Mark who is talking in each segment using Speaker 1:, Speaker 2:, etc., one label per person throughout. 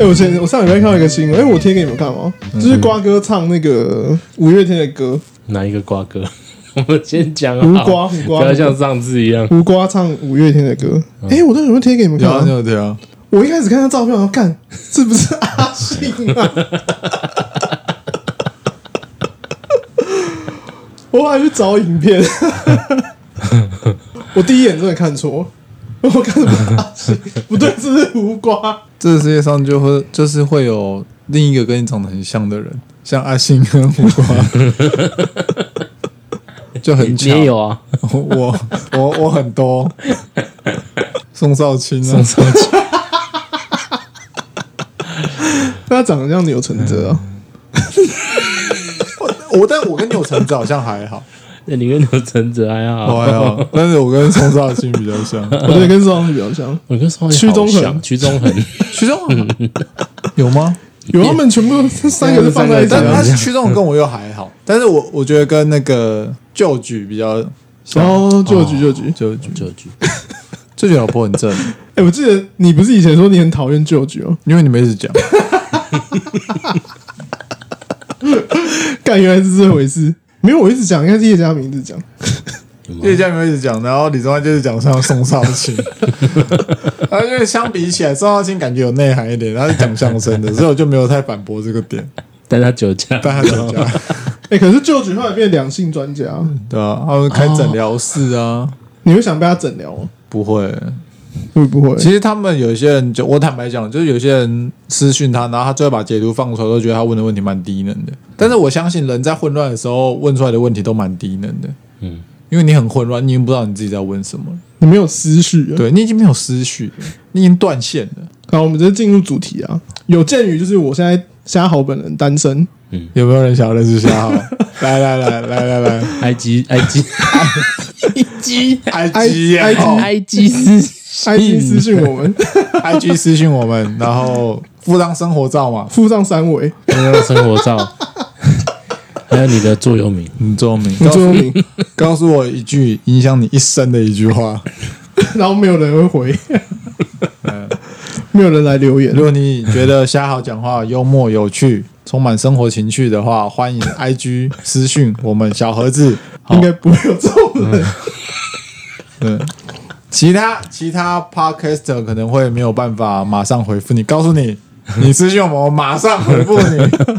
Speaker 1: 哎我前我上礼拜看到一个新闻，哎、我贴给你们看吗？
Speaker 2: 嗯
Speaker 1: 就是瓜哥唱那个五月天的歌，
Speaker 3: 哪一个瓜哥？ 我们先讲
Speaker 1: 胡
Speaker 3: 好，
Speaker 1: 瓜
Speaker 2: 啊
Speaker 1: 胡瓜
Speaker 3: 不要像上次一样。
Speaker 1: 胡瓜唱五月天的歌。哎、我都有没有贴给你们看
Speaker 2: 有啊
Speaker 1: 啊、
Speaker 2: 嗯有啊有啊，
Speaker 1: 我一开始看他照片，我说干，这不是阿信啊？ 我后来去找影片，我第一眼真的看错，我看什么阿信？不对，这是胡瓜。
Speaker 2: 这个世界上就会就是会有另一个跟你长得很像的人，像阿信跟胡 瓜，就很巧。
Speaker 3: 你也有啊，
Speaker 2: 我我我很多，宋少卿啊，
Speaker 1: 但他长得像钮承泽啊，
Speaker 2: 我但我跟钮承泽好像还好，
Speaker 3: 那你跟刘承泽还
Speaker 2: 我
Speaker 3: 好，
Speaker 2: 哦
Speaker 1: 啊
Speaker 2: 还好，但是我跟宋少卿比较像。
Speaker 1: 我觉得跟宋老师比较像。
Speaker 3: 我跟宋
Speaker 1: 屈中恒
Speaker 3: 恒，屈中恒，
Speaker 2: 徐仲嗯有吗？
Speaker 1: 有啊他们全部都三个是放在一起
Speaker 2: 但他
Speaker 1: 啊。
Speaker 2: 是徐仲跟我又还好，但是我我觉得跟那个旧局比较像
Speaker 1: 然，后就局就局，
Speaker 2: 哦旧局
Speaker 3: 就举
Speaker 2: 旧局老婆很正，
Speaker 1: 哎，我记得你不是以前说你很讨厌旧局哦？
Speaker 2: 因为你们一直讲，
Speaker 1: 干，原来是这回事。没有，我一直讲，应该是叶嘉明一直讲。
Speaker 2: 叶嘉明一直讲，然后李宗翰就是讲像宋少 卿，然后因为相比起来，宋少卿感觉有内涵一点，他是讲相声的，所以我就没有太反驳这个 点，
Speaker 3: 但他酒驾，
Speaker 2: 但他讲讲。
Speaker 1: 哎，可是旧局后来变两性专家，
Speaker 2: 对啊，他们开诊疗室啊，
Speaker 1: 你会想被他诊疗吗？
Speaker 2: 不会。
Speaker 1: 会不会？
Speaker 2: 其实他们有一些人就，我坦白讲，就是有些人私讯他，然后他最后把截图放出来，都觉得他问的问题蛮低能的。但是我相信人在混乱的时候问出来的问题都蛮低能的，
Speaker 3: 嗯，
Speaker 2: 因为你很混乱，你已经不知道你自己在问什么了，
Speaker 1: 你没有思绪啊。
Speaker 2: 对你已经没有思绪了，你已经断线了，
Speaker 1: 好，我们直接进入主题啊。有鉴于就是我现在虾好本人单身，
Speaker 2: 有没有人想要认识夏浩？来来来来来来
Speaker 3: 埃及，埃及，埃及
Speaker 2: ，I G
Speaker 1: 埃及
Speaker 2: 哦
Speaker 3: 埃及是
Speaker 1: 爱心私讯我 们，
Speaker 2: I G 私讯我们，然后附上生活照嘛，
Speaker 1: 附上三围，
Speaker 3: 那个生活照， 还有你的座右铭，
Speaker 2: 你周明，
Speaker 1: 座右铭，
Speaker 2: 告诉我一句影响你一生的一句话。
Speaker 1: 然后没有人会回， 嗯没有人来留言
Speaker 2: 如。果你觉得虾好讲话幽默有趣，充满生活情趣的话，欢迎 IG 私讯我们小盒子。好
Speaker 1: 应，该不会有这种人。
Speaker 2: 嗯，其他其他 podcaster 可能会没有办法马上回复你，告诉你，你私讯我们，我马上回复你。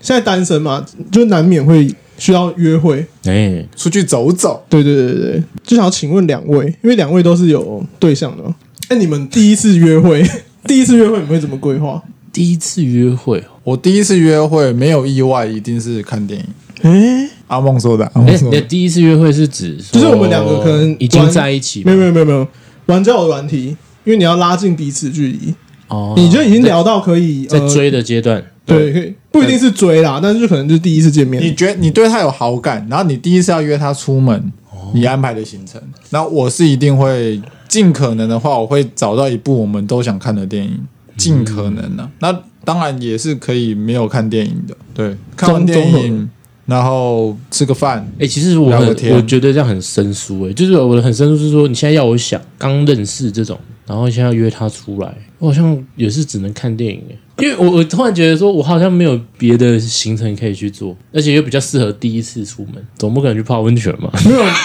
Speaker 1: 现在单身嘛，就难免会需要约会。
Speaker 3: 哎，
Speaker 2: 出去走走，
Speaker 1: 对对对对对，就想要请问两位，因为两位都是有对象的嘛。哎，你们第一次约会， 第一次约会你们会怎么规划？
Speaker 3: 第一次约会哦，
Speaker 2: 我第一次约会没有意外，一定是看电影。
Speaker 1: 哎，
Speaker 2: 阿梦说的，阿梦
Speaker 3: 哎，
Speaker 2: 说
Speaker 3: 你的
Speaker 2: 的，
Speaker 3: 第一次约会是指
Speaker 1: 就
Speaker 3: 说
Speaker 1: 是我们两个可能
Speaker 3: 哦已经
Speaker 1: 玩
Speaker 3: 在一起
Speaker 1: 没
Speaker 3: 吗，
Speaker 1: 有没有没有没有，玩交友软体，因为你要拉近彼此距离，
Speaker 3: 哦，
Speaker 1: 你就已经聊到可以
Speaker 3: 在
Speaker 1: 呃
Speaker 3: 追的阶段，
Speaker 1: 对，可以不一定是追啦，但是就可能就是第一次见
Speaker 2: 你
Speaker 1: 面。
Speaker 2: 觉你对他有好感，然后你第一次要约他出门，
Speaker 1: 哦
Speaker 2: 你安排的行程，然后我是一定会尽可能的话，我会找到一部我们都想看的电影，尽可能
Speaker 1: 嗯
Speaker 2: 呢、啊。那当然也是可以没有看电影的，对，看完电
Speaker 1: 综合
Speaker 2: 影然后吃个饭，
Speaker 3: 哎、其实我
Speaker 2: 聊
Speaker 3: 很
Speaker 2: 个天
Speaker 3: 我觉得这样很生疏哎、就是我的很生疏是说，你现在要我想刚认识这种，然后现在要约他出来，我好像也是只能看电影哎、因为我我突然觉得说，我好像没有别的行程可以去做，而且又比较适合第一次出门，总不可能去泡温泉嘛？
Speaker 1: 没有。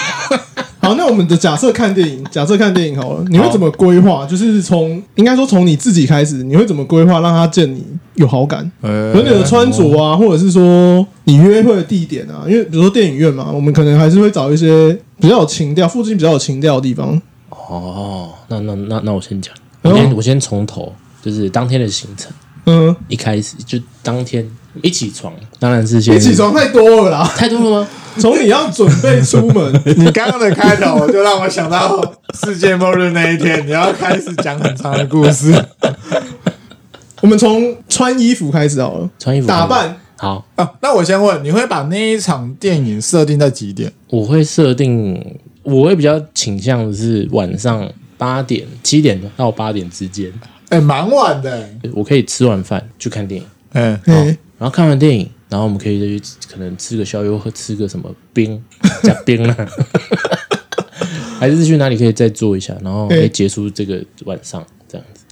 Speaker 1: 好，那我们的假设看电影，假设看电影好了，你会
Speaker 2: 好
Speaker 1: 怎么规划？就是从应该说从你自己开始，你会怎么规划让他见你有好感？
Speaker 2: 呃
Speaker 1: 可能你的穿着啊，或者是说你约会的地点啊，因为比如说电影院嘛，我们可能还是会找一些比较有情调、附近比较有情调的地方。
Speaker 3: 哦，那那那那我先讲，
Speaker 1: 哎
Speaker 3: 我
Speaker 1: 呦
Speaker 3: 先、我先从头，就是当天的行程，
Speaker 1: 嗯，
Speaker 3: 一开始就当天一起床，当然是先
Speaker 1: 你起床太多了啦，
Speaker 3: 太多了吗？
Speaker 1: 从你要准备出门，
Speaker 2: 你刚刚的开头就让我想到世界末日那一天，你要开始讲很长的故事。
Speaker 1: 我们从穿衣服开始好了，
Speaker 3: 穿衣服
Speaker 1: 打扮
Speaker 3: 好，
Speaker 2: 啊，那我先问，你会把那一场电影设定在几点？
Speaker 3: 我会设定，我会比较倾向的是晚上八点、七点到八点之间，
Speaker 2: 哎、蛮晚的、
Speaker 3: 我可以吃完饭去看电影，
Speaker 2: 哎、
Speaker 1: 嘿，
Speaker 3: 然后看完电影，然后我们可以再去可能吃个宵夜或吃个什么冰，加冰啊啦， 还是去哪里可以再坐一下，然后可以
Speaker 1: 对
Speaker 3: 结束这个晚上这样子。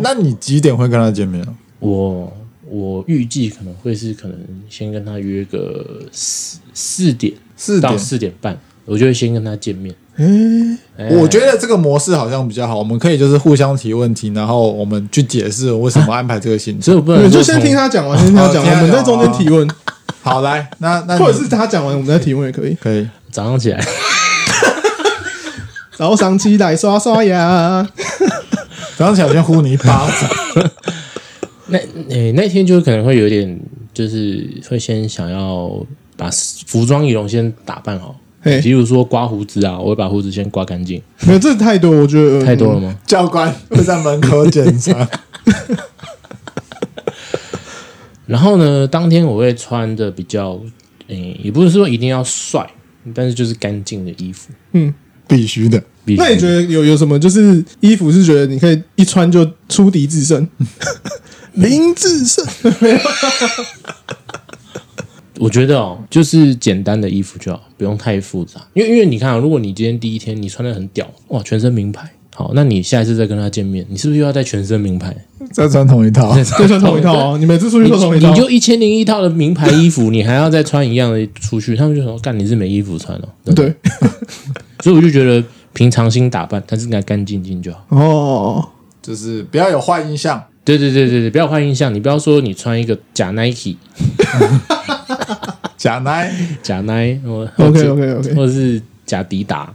Speaker 2: 那你几点会跟他见面啊？
Speaker 3: 我我预计可能会是可能先跟他约个四四点
Speaker 2: 四
Speaker 3: 到
Speaker 2: 点，
Speaker 3: 四点半，我就会先跟他见面。
Speaker 1: 诶，
Speaker 2: 我觉得这个模式好像比较好。我们可以就是互相提问题，然后我们去解释为什么安排这个行程。
Speaker 3: 所以我不能
Speaker 1: 你就
Speaker 3: 说
Speaker 1: 先
Speaker 3: 从
Speaker 1: 听他讲完，先听他讲
Speaker 2: 哦
Speaker 1: 完，我们在中间提问，
Speaker 2: 好，来，那那你
Speaker 1: 或者是他讲完我们再提问也可以。
Speaker 2: 可以。
Speaker 3: 早上起来，
Speaker 1: 早上起来刷刷牙，
Speaker 2: 早上起来我先呼你一巴掌。
Speaker 3: 那诶、那天就可能会有点，就是会先想要把服装仪容先打扮好，
Speaker 1: 嘿嗯
Speaker 3: 比如说刮胡子啊，我会把胡子先刮干净，
Speaker 1: 没有这太多，我觉得嗯
Speaker 3: 太多了。吗？
Speaker 2: 教官会在门口检查。
Speaker 3: 然后呢，当天我会穿的比较，诶、也不是说一定要帅，但是就是干净的衣服。
Speaker 2: 必须的。
Speaker 3: 必须
Speaker 1: 那你觉得有有什么就是衣服是觉得你可以一穿就出敌制 胜，林制胜？
Speaker 3: 我觉得哦，就是简单的衣服就好，不用太复杂。因为因为你看、啊，如果你今天第一天你穿的很屌，哇，全身名牌，好，那你下一次再跟他见面，你是不是又要带全身名牌？
Speaker 2: 再穿同一套，
Speaker 1: 就穿同一套啊！你每次出去
Speaker 3: 你
Speaker 1: 都同一套
Speaker 3: 你，就一千零一套的名牌衣服，你还要再穿一样的出去，他们就说干你是没衣服穿哦。真的
Speaker 1: 对
Speaker 3: 所以我就觉得平常心打扮，但是干干净净就好。
Speaker 1: 哦，
Speaker 2: 就是不要有坏印象。
Speaker 3: 对对对对对，不要换印象，你不要说你穿一个假 Nike、
Speaker 2: 假奶，
Speaker 3: 假 Nike，我
Speaker 1: OK，OK，OK
Speaker 3: 或者是假迪达。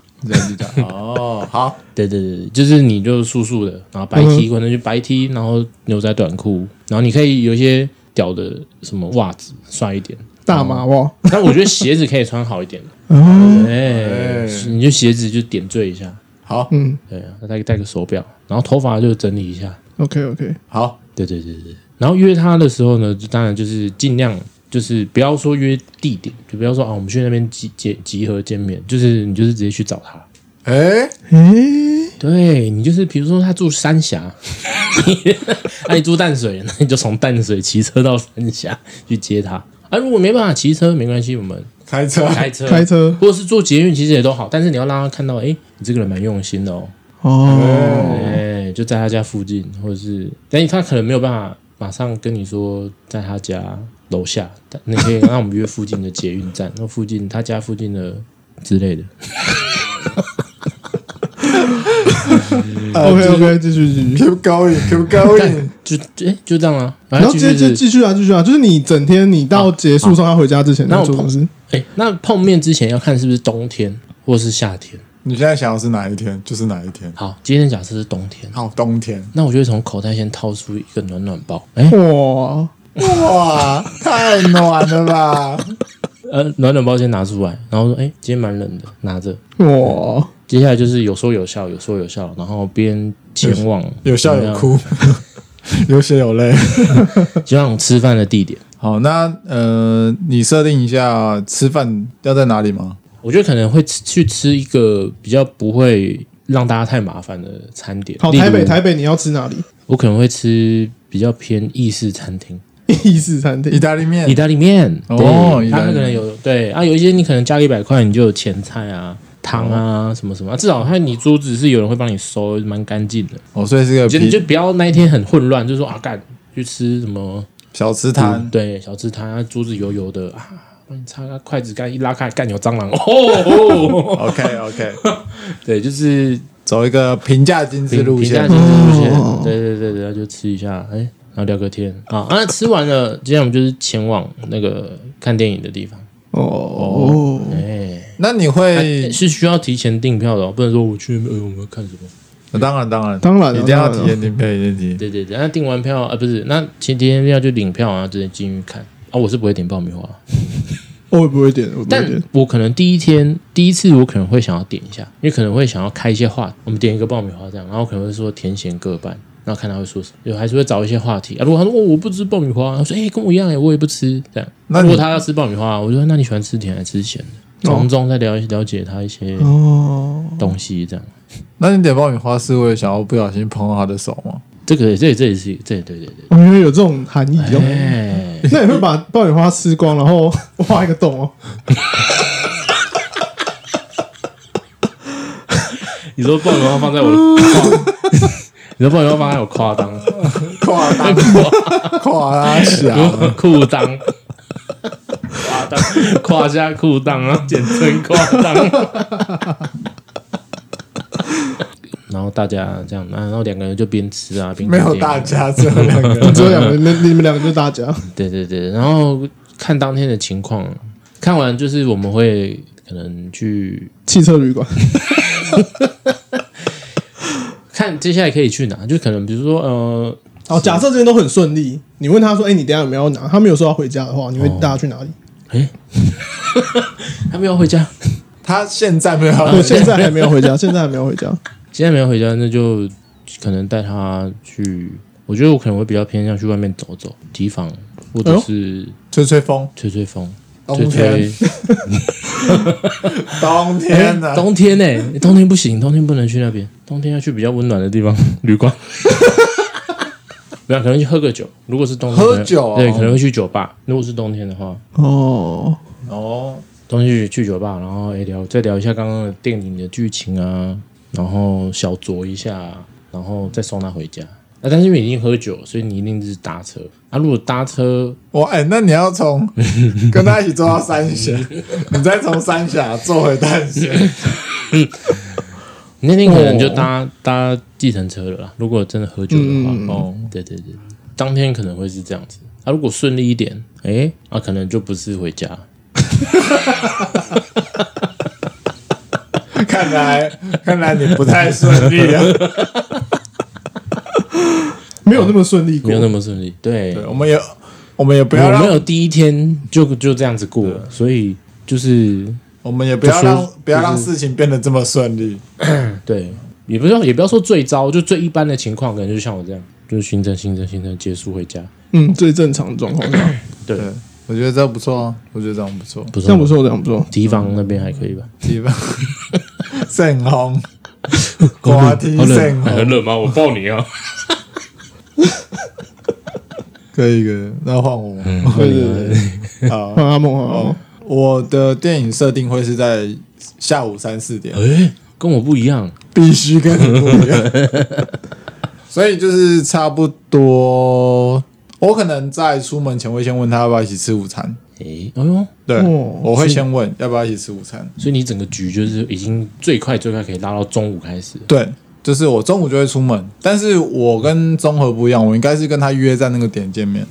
Speaker 2: 哦，好，
Speaker 3: 对对对，对就是你就素素的，然后白 T、可能就白 T，然后牛仔短裤，然后你可以有一些屌的什么袜子，帅一点。
Speaker 1: 大麻哇！
Speaker 3: 但我觉得鞋子可以穿好一点的，
Speaker 1: 哦，
Speaker 3: 哎，你就鞋子就点缀一下。
Speaker 2: 好，
Speaker 1: 嗯
Speaker 3: 对啊，再戴个手表，然后头发就整理一下。
Speaker 1: ，OK OK，
Speaker 2: 好，
Speaker 3: 对对对对。然后约他的时候呢，就当然就是尽量就是不要说约地点，就不要说啊，我们去那边集集集合见面，就是你就是直接去找他。
Speaker 2: 哎，
Speaker 3: 哦
Speaker 1: 诶，
Speaker 3: 对你就是比如说他住三峡， 你那你住淡水，那你就从淡水骑车到三峡去接他。啊，如果没办法骑车，没关系，我们
Speaker 2: 开车，
Speaker 3: 开车，
Speaker 1: 开车
Speaker 3: 或者是坐捷运，其实也都好。但是你要让他看到，哎，你这个人蛮用心的哦。
Speaker 1: 哦，
Speaker 3: 哎、就在他家附近，或者是，但是他可能没有办法马上跟你说在他家楼下，但你可以让我们约附近的捷运站， 那附近他家附近的之类的。
Speaker 1: 嗯
Speaker 3: 哎
Speaker 1: OK OK，继续继续。
Speaker 2: ，keep going，keep going，
Speaker 3: 就就哎、就这样啊，然
Speaker 1: 然后
Speaker 3: 后
Speaker 1: 继
Speaker 3: 就
Speaker 1: 续继
Speaker 3: 是
Speaker 1: 继续啊，继续啊，就是你整天你到结束送他回家之前，你
Speaker 3: 那
Speaker 1: 要
Speaker 3: 我
Speaker 1: 做什么事？
Speaker 3: 哎、那碰面之前要看是不是冬天或是夏天。
Speaker 2: 你现在想要是哪一天，就是哪一天。
Speaker 3: 好，今天假设是冬天，
Speaker 2: 好，冬天，
Speaker 3: 那我就会从口袋先掏出一个暖暖包，哎、
Speaker 1: 哇，
Speaker 2: 哇，太暖了吧！
Speaker 3: 呃，暖暖包先拿出来，然后说，哎、今天蛮冷的，拿着。
Speaker 1: 哇，
Speaker 3: 接下来就是有说有笑，有说有笑，然后边前往
Speaker 2: 有笑有哭， 有血有泪。
Speaker 3: 就像吃饭的地点，
Speaker 2: 好，那呃，你设定一下吃饭要在哪里吗？
Speaker 3: 我觉得可能会吃去吃一个比较不会让大家太麻烦的餐点。
Speaker 1: 好，
Speaker 3: 例如
Speaker 1: 台北台北你要吃哪里？
Speaker 3: 我可能会吃比较偏意式餐厅，
Speaker 1: 意式餐厅
Speaker 2: 意。大利面
Speaker 3: 意，大利面。
Speaker 2: 哦
Speaker 3: 对
Speaker 2: 意
Speaker 3: 它
Speaker 2: 大利面
Speaker 3: 可能有对啊，有一些你可能加个一百块，你就有前菜啊、汤啊、什么什么、啊，至少它你桌子是有人会帮你收，蛮干净的。
Speaker 2: 哦，所以是个
Speaker 3: 我觉得你就
Speaker 2: 比
Speaker 3: 不要那一天很混乱，就说啊干去吃什么
Speaker 2: 小吃摊。
Speaker 3: 对，小吃摊，啊桌子油油的啊，帮你擦个筷子干一拉开，干有蟑螂哦。
Speaker 2: OK OK，
Speaker 3: 对，就是
Speaker 2: 走一个平价精致
Speaker 3: 平
Speaker 2: 路
Speaker 3: 平价
Speaker 2: 线
Speaker 3: 精。致路线，
Speaker 1: 哦
Speaker 3: 对对对对，然后就吃一下，哎，然后聊个天啊啊，那吃完了，接下来我们就是前往那个看电影的地方，
Speaker 1: 哦，
Speaker 3: 哎，
Speaker 2: 那你会
Speaker 3: 是需要提前订票的、哦，不能说我去，哎，我们要看什么？
Speaker 2: 哦当然，当然，
Speaker 1: 当然了啊
Speaker 2: 一定要
Speaker 1: 当然
Speaker 2: 体
Speaker 1: 了
Speaker 2: 验订票，一定体验。
Speaker 3: 对对对，那订完票啊，不是，那前提天要去领票，然后直接进去看啊，我是不会点爆米花，
Speaker 1: 我也不会点，我也不会
Speaker 3: 但
Speaker 1: 点。
Speaker 3: 我可能第一天第一次我可能会想要点一下，因为可能会想要开一些话，我们点一个爆米花这样，然后可能会说甜咸各半，然后看他会说什么，有还是会找一些话题啊。如果他说、哦、我不吃爆米花，他说哎、跟我一样哎、我也不吃这样。
Speaker 2: 那
Speaker 3: 如
Speaker 2: 你
Speaker 3: 果他要吃爆米花，我就说那你喜欢吃甜还是吃咸的？从中再了了解他一些
Speaker 1: 哦，
Speaker 3: 东西这样。
Speaker 2: 那你点爆米花是为了想要不小心碰到他的手吗？
Speaker 3: 这个这这也是这对对对，
Speaker 1: 我哦原来有这种含义哦。
Speaker 3: 哎，
Speaker 1: 那你会把爆米花吃光，然后 挖一个洞哦？
Speaker 3: 你说爆米花放在我的，你的朋友放在有夸张，
Speaker 2: 垮啦垮啦小，
Speaker 3: 裤 裆，夸张，胯下裤裆啊，简称夸张。然后大家这样，啊然后两个人就边吃 啊边
Speaker 2: 没有
Speaker 3: 看电影
Speaker 2: 大家这两个人
Speaker 1: 只有两个，那你们两个就是大家。
Speaker 3: 对对对，然后看当天的情况，看完就是我们会可能去
Speaker 1: 汽车旅馆，
Speaker 3: 看接下来可以去哪，就可能比如说呃，
Speaker 1: 哦，假设这边都很顺利，你问他说：“哎、你等一下有没有要拿？”他没有说要回家的话，你会带他去哪里？
Speaker 3: 还没有回家，
Speaker 2: 他现在没有要
Speaker 1: 对，哦现在还没有回 家，现在还没有回家。
Speaker 3: 现在没有回家，那就可能带他去。我觉得我可能会比较偏向去外面走走，提防或
Speaker 1: 哎
Speaker 3: 者
Speaker 1: 呦
Speaker 3: 是
Speaker 2: 吹吹风，
Speaker 3: 吹吹风，吹
Speaker 2: 冬 天
Speaker 3: 吹
Speaker 2: 哎冬天呢、
Speaker 3: 哎冬天呢、冬天不行，冬天不能去那边，冬天要去比较温暖的地方， 旅馆。没有，可能去喝个酒。如果是冬天，
Speaker 2: 喝
Speaker 3: 可能
Speaker 2: 酒哦
Speaker 3: 对，可能会去酒吧。如果是冬天的话，
Speaker 1: 哦，
Speaker 2: 哦，
Speaker 3: 冬天去去酒吧，然后哎聊再聊一下刚刚的电影的剧情啊，然后小酌一下，啊然后再送他回家。那、但是因为你已经喝酒，所以你一定是搭车啊。如果搭车，
Speaker 2: 我哎、那你要从跟他一起坐到三 峡，你再从三峡坐回淡水，
Speaker 3: 你那天可能就搭、搭计程车了啦。如果真的喝酒的话，哦，对对对，当天可能会是这样子。啊，如果顺利一点，哎，啊，可能就不是回家，
Speaker 2: 看来看来你不太顺利啊。
Speaker 1: 没有那么顺利过
Speaker 3: 没有。那么顺利。对，
Speaker 2: 对我们也我们也不要
Speaker 3: 我
Speaker 2: 让
Speaker 3: 没有第一天就就这样子过了，所以就是
Speaker 2: 我们也不要
Speaker 3: 就
Speaker 2: 让
Speaker 3: 是
Speaker 2: 不要让事情变得这么顺利。
Speaker 3: 对，也不要也不要说最糟，就最一般的情况，可能就像我这样，就是行程行程行程结束回家，
Speaker 1: 嗯，最正常的状况下，
Speaker 3: 对，
Speaker 2: 对，我觉得这不错啊，我觉得这样不错。
Speaker 3: 不
Speaker 1: 这样不
Speaker 3: 是
Speaker 1: 错，这样不错。
Speaker 3: 提防那边还可以吧？
Speaker 2: 地方盛虹，瓜梯盛虹，
Speaker 3: 冷吗？我抱你啊！
Speaker 2: 可以可以，那换我。
Speaker 1: 对对对对，
Speaker 2: 好，
Speaker 1: 换阿梦，换阿梦。
Speaker 2: 我的电影设定会是在下午三四点，
Speaker 3: 哎，跟我不一样，
Speaker 2: 必须跟你不一样。 所以就是差不多，我可能在出门前会先问他要不要一起吃午餐。
Speaker 3: 哎，哎呦，
Speaker 2: 对，
Speaker 1: 哦
Speaker 2: 我会先问要不要一起吃午餐。
Speaker 3: 所以你整个局就是已经最快最快可以拉到中午开始，
Speaker 2: 对，就是我中午就会出门，但是我跟综合不一样，我应该是跟他约在那个点见面。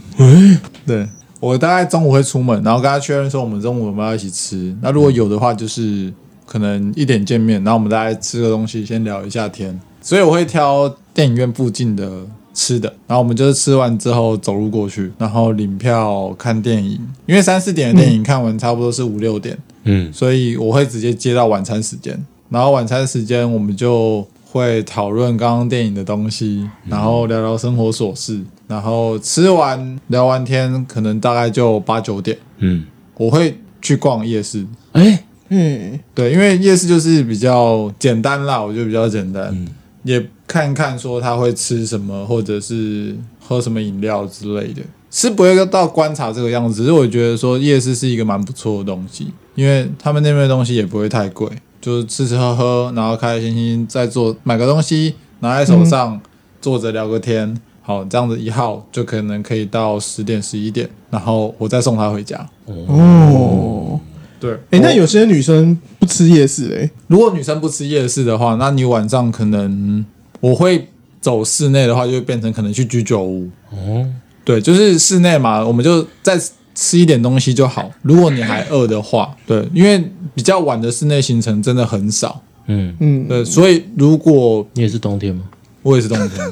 Speaker 2: 对，我大概中午会出门，然后跟他确认说我们中午有没有要一起吃。那如果有的话，就是可能一点见面，然后我们大概吃个东西，先聊一下天。所以我会挑电影院附近的吃的，然后我们就是吃完之后走路过去，然后领票看电影。因为三四点的电影看完差不多是五六点，
Speaker 3: 嗯，
Speaker 2: 所以我会直接接到晚餐时间，然后晚餐时间我们就会讨论刚刚电影的东西，然后聊聊生活琐事，然后吃完聊完天，可能大概就八九点，
Speaker 3: 嗯，
Speaker 2: 我会去逛夜市。
Speaker 3: 哎，
Speaker 1: 嗯，
Speaker 2: 对，因为夜市就是比较简单啦，我觉得比较简单，也看看说他会吃什么，或者是喝什么饮料之类的，是不会到观察这个样子。只是我觉得说夜市是一个蛮不错的东西，因为他们那边的东西也不会太贵，就是吃吃喝喝，然后开开心心再做买个东西拿在
Speaker 1: 嗯
Speaker 2: 手上，坐着聊个天。好，这样子一号就可能可以到十点十一点，然后我再送他回家。
Speaker 1: 哦，
Speaker 2: 对，
Speaker 1: 哎，那有些女生不吃夜市哎嘞，
Speaker 2: 如果女生不吃夜市的话，那你晚上可能我会走室内的话，就会变成可能去居酒屋。
Speaker 3: 哦，
Speaker 2: 对，就是室内嘛，我们就再吃一点东西就好。如果你还饿的话，对，因为比较晚的室内行程真的很少。
Speaker 3: 嗯，
Speaker 1: 嗯，
Speaker 2: 对，所以如果
Speaker 3: 你也是冬天吗？
Speaker 2: 我也是冬天，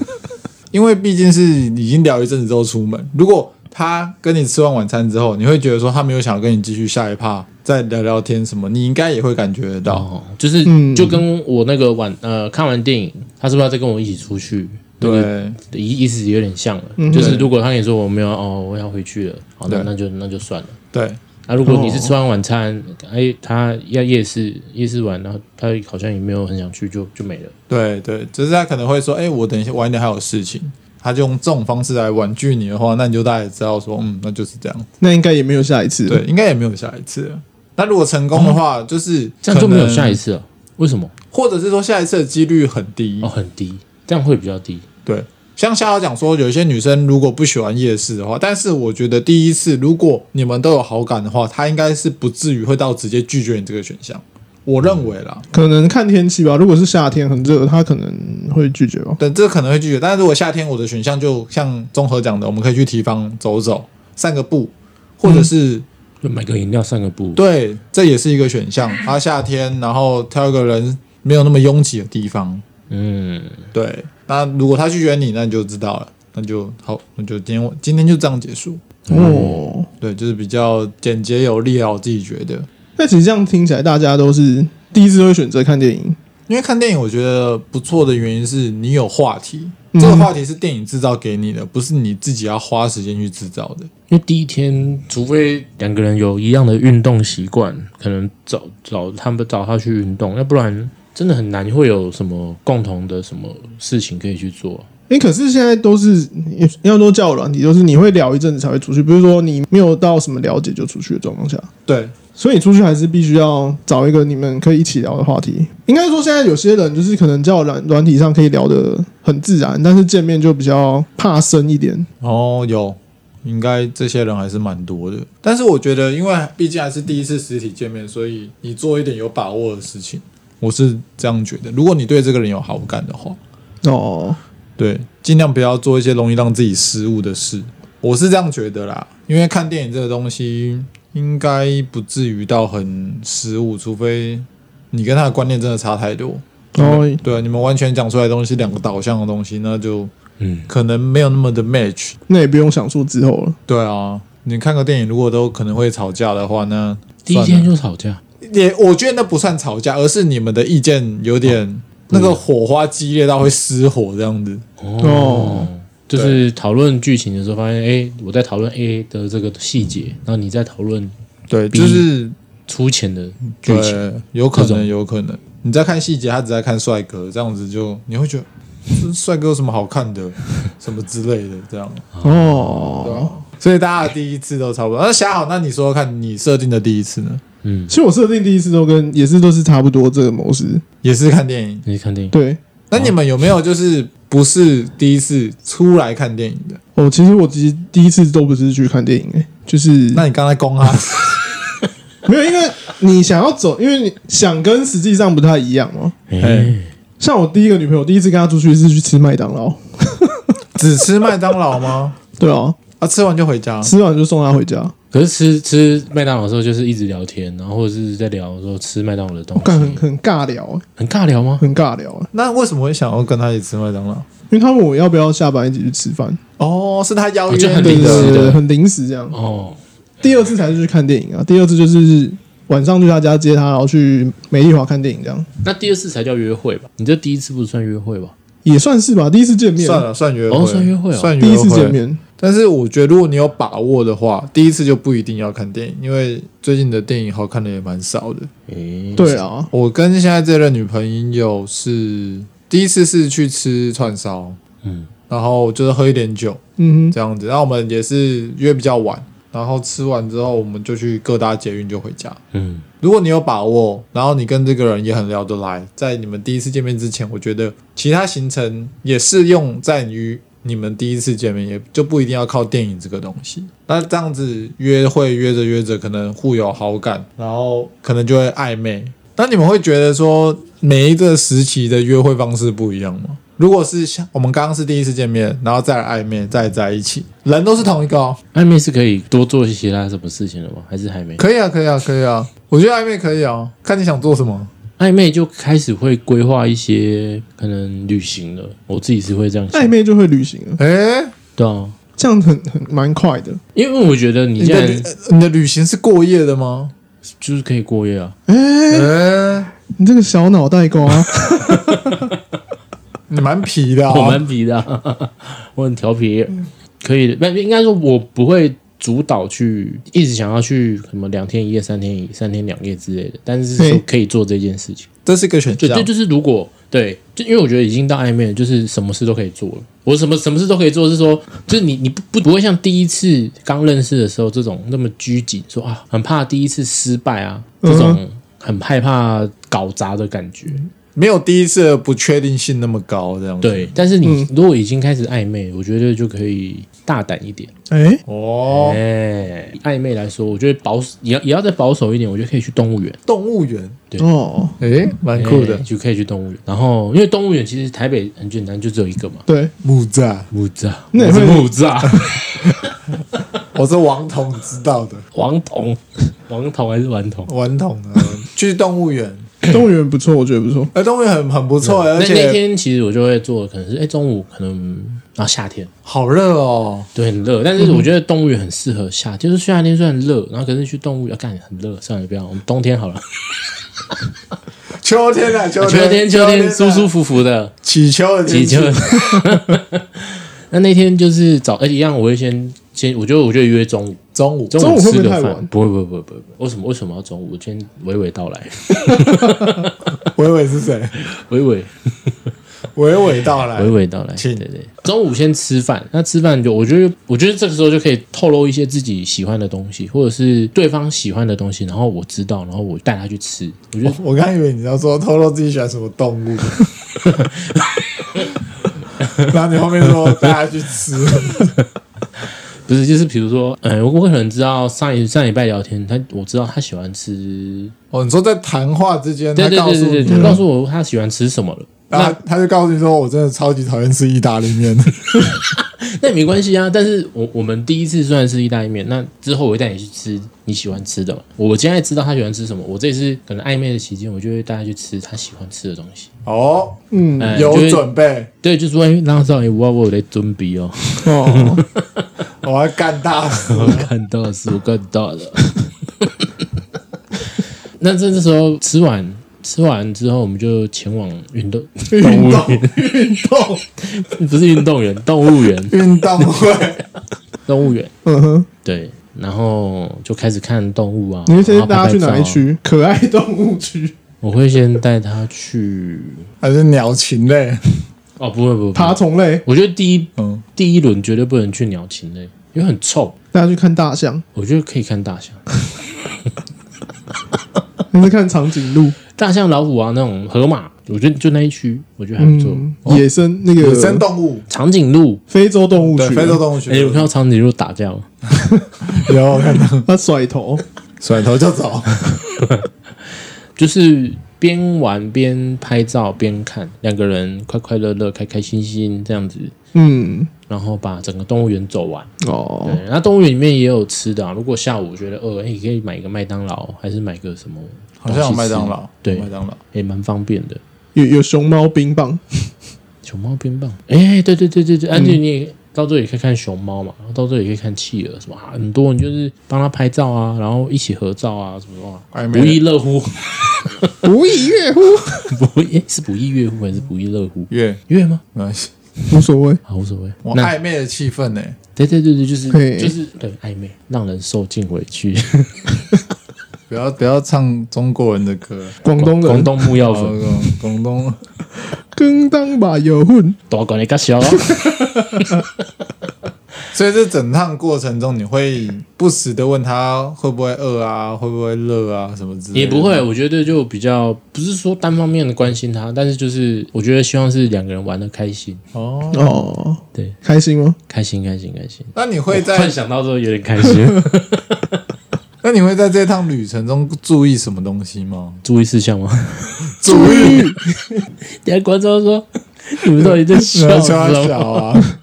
Speaker 2: 因为毕竟是已经聊一阵子之后出门，如果他跟你吃完晚餐之后，你会觉得说他没有想要跟你继续下一趴再聊聊天什么，你应该也会感觉得到。
Speaker 3: 哦，就是
Speaker 1: 嗯
Speaker 3: 就跟我那个晚呃看完电影，他是不是要再跟我一起出去？那个
Speaker 2: 对，
Speaker 3: 意意思有点像了，就是
Speaker 2: 对
Speaker 3: 如果他跟你说我没有哦，我要回去了，好，那
Speaker 2: 对
Speaker 3: 那就那就算了。
Speaker 2: 对，
Speaker 3: 那、如果你是吃完晚餐，哎、他要夜市，夜市完，然后他好像也没有很想去，就就没了。
Speaker 2: 对对，只是他可能会说，哎、我等一下晚一点还有事情，他就用这种方式来婉拒你的话，那你就大概知道说，嗯，那就是这样。
Speaker 1: 那应该也没有下一次。
Speaker 2: 对，，应该也没有下一次了。那如果成功的话，就是
Speaker 3: 这样就没有下一
Speaker 2: 次，
Speaker 3: 次了。为什么？
Speaker 2: 或者是说下一次的几率很低。
Speaker 3: 哦，很低，这样会比较低。
Speaker 2: 对，像夏瑶讲说，有一些女生如果不喜欢夜市的话，但是我觉得第一次如果你们都有好感的话，她应该是不至于会到直接拒绝你这个选项。我认为啦，
Speaker 1: 可能看天气吧。如果是夏天很热，他可能会拒绝吧。
Speaker 2: 对，这可能会拒绝。但是如果夏天我的选项就像综合讲的，我们可以去提防走走，散个步，或者是、
Speaker 3: 就买个饮料散个步。
Speaker 2: 对，这也是一个选项。啊，夏天，然后挑一个人没有那么拥挤的地方。
Speaker 3: 嗯，
Speaker 2: 对，那如果他拒绝你，那你就知道了，那就好，那就今天今天就这样结束。
Speaker 1: 哦，
Speaker 2: 对，就是比较简洁有力啊，我自己觉得。
Speaker 1: 那其实这样听起来，大家都是第一次会选择看电影。
Speaker 2: 因为看电影，我觉得不错的原因是你有话题，
Speaker 1: 嗯
Speaker 2: 这个话题是电影制造给你的，不是你自己要花时间去制造的。
Speaker 3: 因为第一天，除非两个人有一样的运动习惯，可能找找他们找他去运动，要不然真的很难会有什么共同的什么事情可以去做。
Speaker 1: 哎、可是现在都是也要说叫软体，就是你会聊一阵子才会出去，不是说你没有到什么了解就出去的状况下，
Speaker 2: 对，
Speaker 1: 所以你出去还是必须要找一个你们可以一起聊的话题。应该说，现在有些人就是可能叫软软体上可以聊得很自然，但是见面就比较怕生一点。
Speaker 2: 哦，有，应该这些人还是蛮多的。但是我觉得，因为毕竟还是第一次实体见面，所以你做一点有把握的事情，我是这样觉得。如果你对这个人有好感的话，
Speaker 1: 哦，
Speaker 2: 对，尽量不要做一些容易让自己失误的事。我是这样觉得啦，因为看电影这个东西，应该不至于到很失误，除非你跟他的观念真的差太多。
Speaker 1: 然后
Speaker 2: 对，啊你们完全讲出来的东西两个导向的东西，那就
Speaker 3: 嗯，
Speaker 2: 可能没有那么的 match。
Speaker 1: 那也不用想说之后了。
Speaker 2: 对啊，你看个电影如果都可能会吵架的话，那
Speaker 3: 第一天就吵架，
Speaker 2: 也我觉得那不算吵架，而是你们的意见有
Speaker 3: 哦
Speaker 2: 点那个火花激烈到会失火这样子。
Speaker 1: 哦
Speaker 3: 哦，就是讨论剧情的时候发现，哎、我在讨论 A 的这个细节，然后你在讨论
Speaker 2: 对，
Speaker 3: 比
Speaker 2: 就是
Speaker 3: 粗浅的剧情，
Speaker 2: 对，有可
Speaker 3: 这
Speaker 2: 能，
Speaker 3: 种
Speaker 2: 有可能。你在看细节，他只在看帅哥，这样子就你会觉得这帅哥有什么好看 的，什么之类的，这样。对
Speaker 1: 哦，
Speaker 2: 啊所以大家的第一次都差不多。那霞好，那你说说看你设定的第一次呢？
Speaker 3: 嗯，
Speaker 1: 其实我设定第一次都跟也是都是差不多这个模式。
Speaker 2: 也是看电影。
Speaker 3: 你去看电影，
Speaker 1: 对，
Speaker 2: 那你们有没有就是不是第一次出来看电影的？
Speaker 1: 哦，其实我其实第一次都不是去看电影、欸，就是
Speaker 2: 那你刚才攻啊？
Speaker 1: 没有，因为你想要走，因为你想跟实际上不太一样嘛。
Speaker 3: 哎、
Speaker 2: 哎
Speaker 1: 像我第一个女朋友，第一次跟她出去是去吃麦当劳，
Speaker 2: 只吃麦当劳吗？
Speaker 1: 对啊，
Speaker 2: 啊，吃完就回家。
Speaker 1: 吃完就送她回家，哦
Speaker 3: 可是吃吃麦当劳的时候就是一直聊天，然后或者是在聊说吃麦当劳的东
Speaker 1: 我感哦很
Speaker 3: 西，
Speaker 1: 很尬聊、欸，
Speaker 3: 很尬聊吗？
Speaker 1: 很尬聊、欸，
Speaker 2: 那为什么会想要跟他一起吃麦当劳？
Speaker 1: 因为他问我要不要下班一起去吃饭，
Speaker 2: 哦，是他邀
Speaker 3: 哦就
Speaker 2: 约
Speaker 3: 很
Speaker 1: 对
Speaker 2: 你
Speaker 3: 临
Speaker 1: 对
Speaker 3: 时
Speaker 1: 对
Speaker 2: 的。
Speaker 1: 对对，很临时这样。
Speaker 3: 哦，
Speaker 1: 第二次才是去看电影啊，第二次就是晚上去她家接她，然后去美丽华看电影这样，
Speaker 3: 那第二次才叫约会吧？你这第一次不算约会吧？
Speaker 1: 也算是吧，第一次见面，
Speaker 2: 算了，算约会，
Speaker 3: 哦算约会哦
Speaker 2: 算约
Speaker 1: 第
Speaker 2: 会。
Speaker 1: 一次见面，
Speaker 2: 但是我觉得，如果你有把握的话，第一次就不一定要看电影，因为最近的电影好看的也蛮少的。
Speaker 3: 哎、
Speaker 1: 对啊，
Speaker 2: 我跟现在这任女朋友是第一次是去吃串烧，
Speaker 3: 嗯，
Speaker 2: 然后就是喝一点酒
Speaker 1: 嗯哼，
Speaker 2: 这样子。然后我们也是约比较晚，然后吃完之后我们就去各搭捷运就回家。
Speaker 3: 嗯，
Speaker 2: 如果你有把握，然后你跟这个人也很聊得来，在你们第一次见面之前，我觉得其他行程也适用在于你们第一次见面，也就不一定要靠电影这个东西。那这样子约会约着约着，可能互有好感，然后可能就会暧昧。那你们会觉得说每一个时期的约会方式不一样吗？如果是像我们刚刚是第一次见面，然后再来暧昧，再来在一起，人都是同一个哦。
Speaker 3: 暧昧是可以多做其他什么事情的吗？还是还没？
Speaker 2: 可以啊，可以啊，可以啊。我觉得暧昧可以啊，看你想做什么。
Speaker 3: 暧昧就开始会规划一些可能旅行了，我自己是会这样
Speaker 1: 暧
Speaker 3: 想，
Speaker 1: 昧就会旅行了，
Speaker 2: 诶、
Speaker 3: 对啊，
Speaker 1: 这样很很蛮快的。
Speaker 3: 因为我觉得你
Speaker 2: 你
Speaker 3: 既
Speaker 2: 的
Speaker 3: 然
Speaker 2: 旅呃你的旅行是过夜的吗？
Speaker 3: 就是可以过夜啊，
Speaker 1: 哎、
Speaker 2: 嗯、
Speaker 1: 你这个小脑袋瓜，
Speaker 2: 你蛮皮的、啊。
Speaker 3: 我蛮皮的啊、 我很调皮，可以的。那应该说，我不会主导去一直想要去什么两天一夜、三天一三天两夜之类的，但是说
Speaker 1: 对
Speaker 3: 可以做这件事情。
Speaker 2: 这是一个选
Speaker 3: 就对，
Speaker 2: 项，
Speaker 3: 就是如果对，就因为我觉得已经到暧昧了，就是什么事都可以做了。我什么什么事都可以做，是说，就是你你不不不会像第一次刚认识的时候这种那么拘谨，说
Speaker 2: 嗯
Speaker 3: 啊很怕第一次失败啊，这种很害怕搞砸的感觉。
Speaker 2: 没有第一次的不确定性那么高，这样子。
Speaker 3: 对，但是你如果已经开始暧昧，我觉得就可以大胆一点。
Speaker 1: 哎、
Speaker 2: 哦，
Speaker 3: 哎，以暧昧来说，我觉得保守也要也要再保守一点，我觉得可以去动物园，
Speaker 2: 动物园，
Speaker 3: 对
Speaker 1: 哦，
Speaker 2: 诶，蛮酷
Speaker 3: 哎
Speaker 2: 的，
Speaker 3: 就可以去动物园。然后，因为动物园其实台北很简单，就只有一个嘛，
Speaker 1: 对，
Speaker 2: 木栅，
Speaker 3: 木栅，
Speaker 1: 那也
Speaker 3: 我是
Speaker 1: 会
Speaker 3: 木栅，
Speaker 2: 我是王彤知道的，
Speaker 3: 王 彤，王彤还是顽童？
Speaker 2: 王彤啊，去动物园，
Speaker 1: 动物园不错，我觉得不错。
Speaker 2: 哎，动物园很很不错，
Speaker 3: 那
Speaker 2: 而
Speaker 3: 嗯那
Speaker 2: 且
Speaker 3: 天其实我就会做，可能是哎、中午可能啊夏天，
Speaker 2: 好热哦，
Speaker 3: 对，很热，但是我觉得动物园很适合夏，就是虽然天虽然热，然后可是去动物园干很热，算了，不要，我们冬天好了，
Speaker 2: 秋天啊，秋
Speaker 3: 秋天
Speaker 2: 天，
Speaker 3: 秋天
Speaker 2: 啊
Speaker 3: 舒舒服服的，
Speaker 2: 起秋的
Speaker 3: 祈
Speaker 2: 天气
Speaker 3: 求。 那那天就是早，哎、一样我会先先，我觉得我就约中午，
Speaker 2: 中午，
Speaker 3: 中午
Speaker 1: 中午会不
Speaker 3: 吃
Speaker 1: 会
Speaker 3: 个
Speaker 1: 太
Speaker 3: 饭，
Speaker 1: 晚
Speaker 3: 不会不会不会不会，为什么为什么要中午？我今天娓娓道来，
Speaker 2: 伟伟是谁？
Speaker 3: 娓娓
Speaker 2: 娓娓道来
Speaker 3: 娓，娓道来，对
Speaker 2: 哎请
Speaker 3: 对对。中午先吃饭，那吃饭就我觉得，我觉得这个时候就可以透露一些自己喜欢的东西，或者是对方喜欢的东西，然后我知道，然后我带他去吃。我觉得，
Speaker 2: 我刚以为你要说透露自己喜欢什么动 物，然后你后面说带他去吃，
Speaker 3: 不是，就是比如说，嗯，我可能知道上一上礼拜聊天，他我知道他喜欢吃，
Speaker 2: 哦，你说在谈话之间，
Speaker 3: 对
Speaker 2: 他
Speaker 3: 对
Speaker 2: 告
Speaker 3: 对
Speaker 2: 诉
Speaker 3: 对对，
Speaker 2: 你，
Speaker 3: 他告诉我他喜欢吃什么了。
Speaker 2: 然后他就告诉你说，我真的超级讨厌吃意大利面，
Speaker 3: 那也没关系啊，但是我我们第一次虽然吃意大利面，那之后我会带你去吃你喜欢吃的嘛。我现在知道他喜欢吃什么，我这次可能暧昧的期间，我就会带他去吃他喜欢吃的东西。
Speaker 2: 哦，
Speaker 1: 嗯，
Speaker 3: 哎
Speaker 2: 有
Speaker 3: 就是
Speaker 2: 准备，
Speaker 3: 对，就说哎，让他知道哎，我我有在准备哦，
Speaker 1: 哦，
Speaker 2: 我要干大事，
Speaker 3: 我看到的是我看到的。 那这这时候吃完吃完之后，我们就前往运动，
Speaker 1: 运动
Speaker 2: 运动
Speaker 3: 不是运动员，动 物园，
Speaker 2: 运动会，
Speaker 3: 动物园。
Speaker 1: 嗯哼，
Speaker 3: 对，然后就开始看动物啊。
Speaker 1: 你会
Speaker 3: 然
Speaker 1: 先
Speaker 3: 后
Speaker 1: 带他去哪一
Speaker 3: 拍照啊
Speaker 1: 区？可爱动物区，
Speaker 3: 我会先带他去
Speaker 2: 还是鸟禽类，
Speaker 3: 哦，不会不会，不
Speaker 1: 爬
Speaker 3: 会
Speaker 1: 虫类，
Speaker 3: 我觉得第一
Speaker 2: 嗯，
Speaker 3: 第一轮绝对不能去鸟禽类，因为很臭。
Speaker 1: 带他去看大象，
Speaker 3: 我觉得可以看大象、
Speaker 1: 还是看长颈鹿？
Speaker 3: 大象、老虎啊，那种河马，我觉得就那一区，我觉得还不错。
Speaker 1: 嗯，
Speaker 3: 哦
Speaker 1: 野生那个
Speaker 2: 野生动物，
Speaker 3: 长颈鹿，
Speaker 1: 非洲动物
Speaker 2: 对，
Speaker 1: 区，啊
Speaker 2: 非洲动物
Speaker 3: 哎、有
Speaker 2: 区
Speaker 3: 看到长颈鹿打架哦吗？
Speaker 2: 有我看到，
Speaker 1: 他甩头，
Speaker 2: 甩头就走，
Speaker 3: 就是边玩边拍照边看，两个人快快乐乐、开开心心这样子，
Speaker 1: 嗯，
Speaker 3: 然后把整个动物园走完。哎
Speaker 1: 哦，
Speaker 3: 对，那动物园里面也有吃的、啊，如果下午觉得饿，哎、你可以买一个麦当劳，还是买个什么？
Speaker 2: 好像有麦当，劳，
Speaker 3: 对
Speaker 2: 麦当劳，
Speaker 3: 也蛮方便的。
Speaker 1: 有有熊猫冰棒，
Speaker 3: 熊猫冰棒，哎、对对对对对，安、啊、妮、你也到这里可以看熊猫嘛，然后到这里可以看企鹅什么，啊很多你就是帮他拍照啊，然后一起合照啊，什么啊，
Speaker 2: 暧昧
Speaker 3: 不亦乐乎，
Speaker 1: 无以悦乎，
Speaker 3: 不亦、诶是不亦乐乎还是不亦乐乎？
Speaker 2: 月，
Speaker 3: 乐吗？
Speaker 2: 没关系，
Speaker 1: 无所谓，
Speaker 3: 啊，无所谓。
Speaker 2: 我
Speaker 3: 那
Speaker 2: 暧昧的气氛呢，
Speaker 3: 对对对对，就是
Speaker 1: 嘿
Speaker 3: 就是对暧昧，让人受尽委屈。
Speaker 2: 不要不要唱中国人的歌。
Speaker 1: 广东人，
Speaker 3: 广东木药粉，
Speaker 2: 哦广东
Speaker 1: 跟当把有混，
Speaker 3: 多管你 个小。
Speaker 2: 所以这整趟过程中，你会不时的问他会不会饿啊，会不会热啊，什么之类的。
Speaker 3: 也不会，我觉得就比较不是说单方面的关心他，但是就是我觉得希望是两个人玩的开心，
Speaker 2: 哦。
Speaker 1: 哦，
Speaker 3: 对，
Speaker 1: 开心吗？
Speaker 3: 开心开心开心。
Speaker 2: 那你会
Speaker 3: 突然
Speaker 2: 在
Speaker 3: 想到之后有点开心，
Speaker 2: 那你会在这趟旅程中注意什么东西吗？
Speaker 3: 注意事项吗？
Speaker 2: 注
Speaker 3: 嗯
Speaker 2: 意，
Speaker 3: 等一下观众说 你们到底 在
Speaker 2: 不
Speaker 3: 笑
Speaker 2: 要叫
Speaker 3: 什
Speaker 2: 他
Speaker 3: 么？
Speaker 2: 小啊。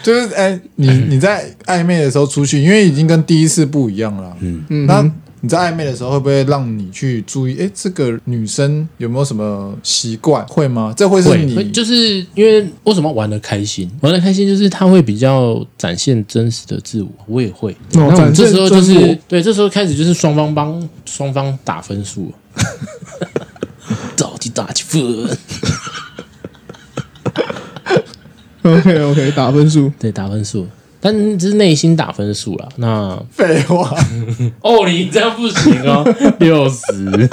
Speaker 2: 就是哎、你你在暧昧的时候出去，因为已经跟第一次不一样了。嗯嗯，那
Speaker 1: 哦
Speaker 2: 你在暧昧的时候会不会让你去注意？哎、这个女生有没有什么习惯？会吗？这会是
Speaker 3: 会会
Speaker 2: 你
Speaker 3: 就是因为为什么玩的开心？玩的开心就是他会比较展现真实的自我，我也会。那我们
Speaker 1: 哦展现
Speaker 3: 这时候就
Speaker 1: 真我
Speaker 3: 是对，这时候开始就是双方帮双方打分数，到底打几分？
Speaker 1: OK OK，打分数，
Speaker 3: 对，打分数，但这是内心打分数啦。那
Speaker 2: 废话。
Speaker 3: 哦，你这样不行哦， 六十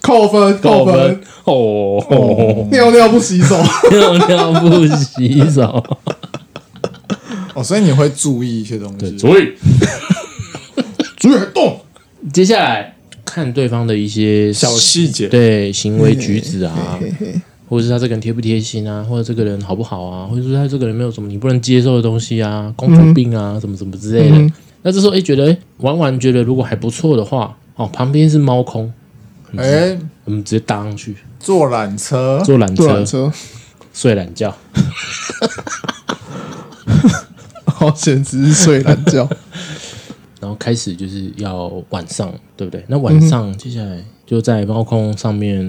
Speaker 1: 扣分， 扣
Speaker 3: 扣分
Speaker 1: 分，
Speaker 3: 哦，
Speaker 1: 尿尿不洗 手，
Speaker 3: 尿尿不洗手，
Speaker 2: 哦，所以你会注意一些东西。
Speaker 3: 所以
Speaker 1: 主意动，
Speaker 3: 接下来看对方的一些
Speaker 2: 小细节，
Speaker 3: 对行为举止啊，
Speaker 1: 嘿嘿嘿
Speaker 3: 或者是他这个人贴不贴心啊，或者这个人好不好啊，或者是他这个人没有什么你不能接受的东西啊，公主病啊，什么什么之类的。
Speaker 1: 嗯
Speaker 3: 那这时候哎、诶觉得诶玩玩觉得如果还不错的话，哦，旁边是猫空，
Speaker 2: 哎、
Speaker 3: 我们直接搭上去
Speaker 2: 坐缆车，
Speaker 3: 坐缆
Speaker 1: 坐缆
Speaker 3: 车
Speaker 1: 车，
Speaker 3: 睡懒觉。
Speaker 1: 好险，只哦是睡懒 觉。
Speaker 3: 然后开始就是要晚上，对不对？那晚上、
Speaker 1: 嗯
Speaker 3: 接下来就在猫空上面，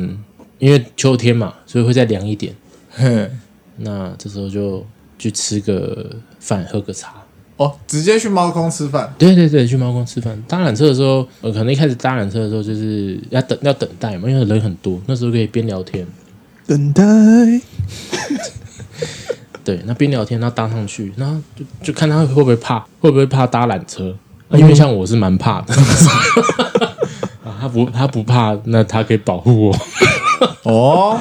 Speaker 3: 因为秋天嘛，所以会再凉一点。
Speaker 2: 嘿，
Speaker 3: 那这时候就去吃个饭，喝个茶。
Speaker 2: 哦，直接去猫空吃饭，
Speaker 3: 对对对，去猫空吃饭。搭缆车的时候，呃，可能一开始搭缆车的时候就是要等要等待嘛，因为人很多，那时候可以边聊天。
Speaker 1: 等待，
Speaker 3: 对，那边聊天，然后搭上去，然后就就看他会不会怕，会不会怕搭缆车、啊因为像我是蛮怕的。 啊，他不他不怕，那他可以保护我。
Speaker 2: 哦，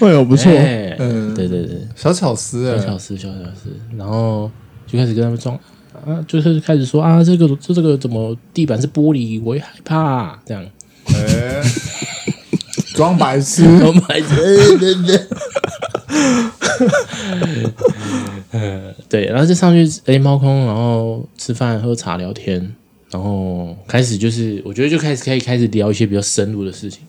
Speaker 1: 哎呦不错，
Speaker 3: 哎
Speaker 2: 嗯
Speaker 3: 对对对，
Speaker 2: 小巧思、
Speaker 3: 小
Speaker 2: 哎，
Speaker 3: 巧思，小巧思，嗯然后就开始跟他们装啊，就是开始说啊，这个这这个怎么地板是玻璃，我也害怕、这样。
Speaker 2: 哎装、白 痴，
Speaker 3: 我们还 对，然后就上去哎猫空，然后吃饭、喝茶、聊天，然后开始就是我觉得就开始可以开始聊一些比较深入的事情，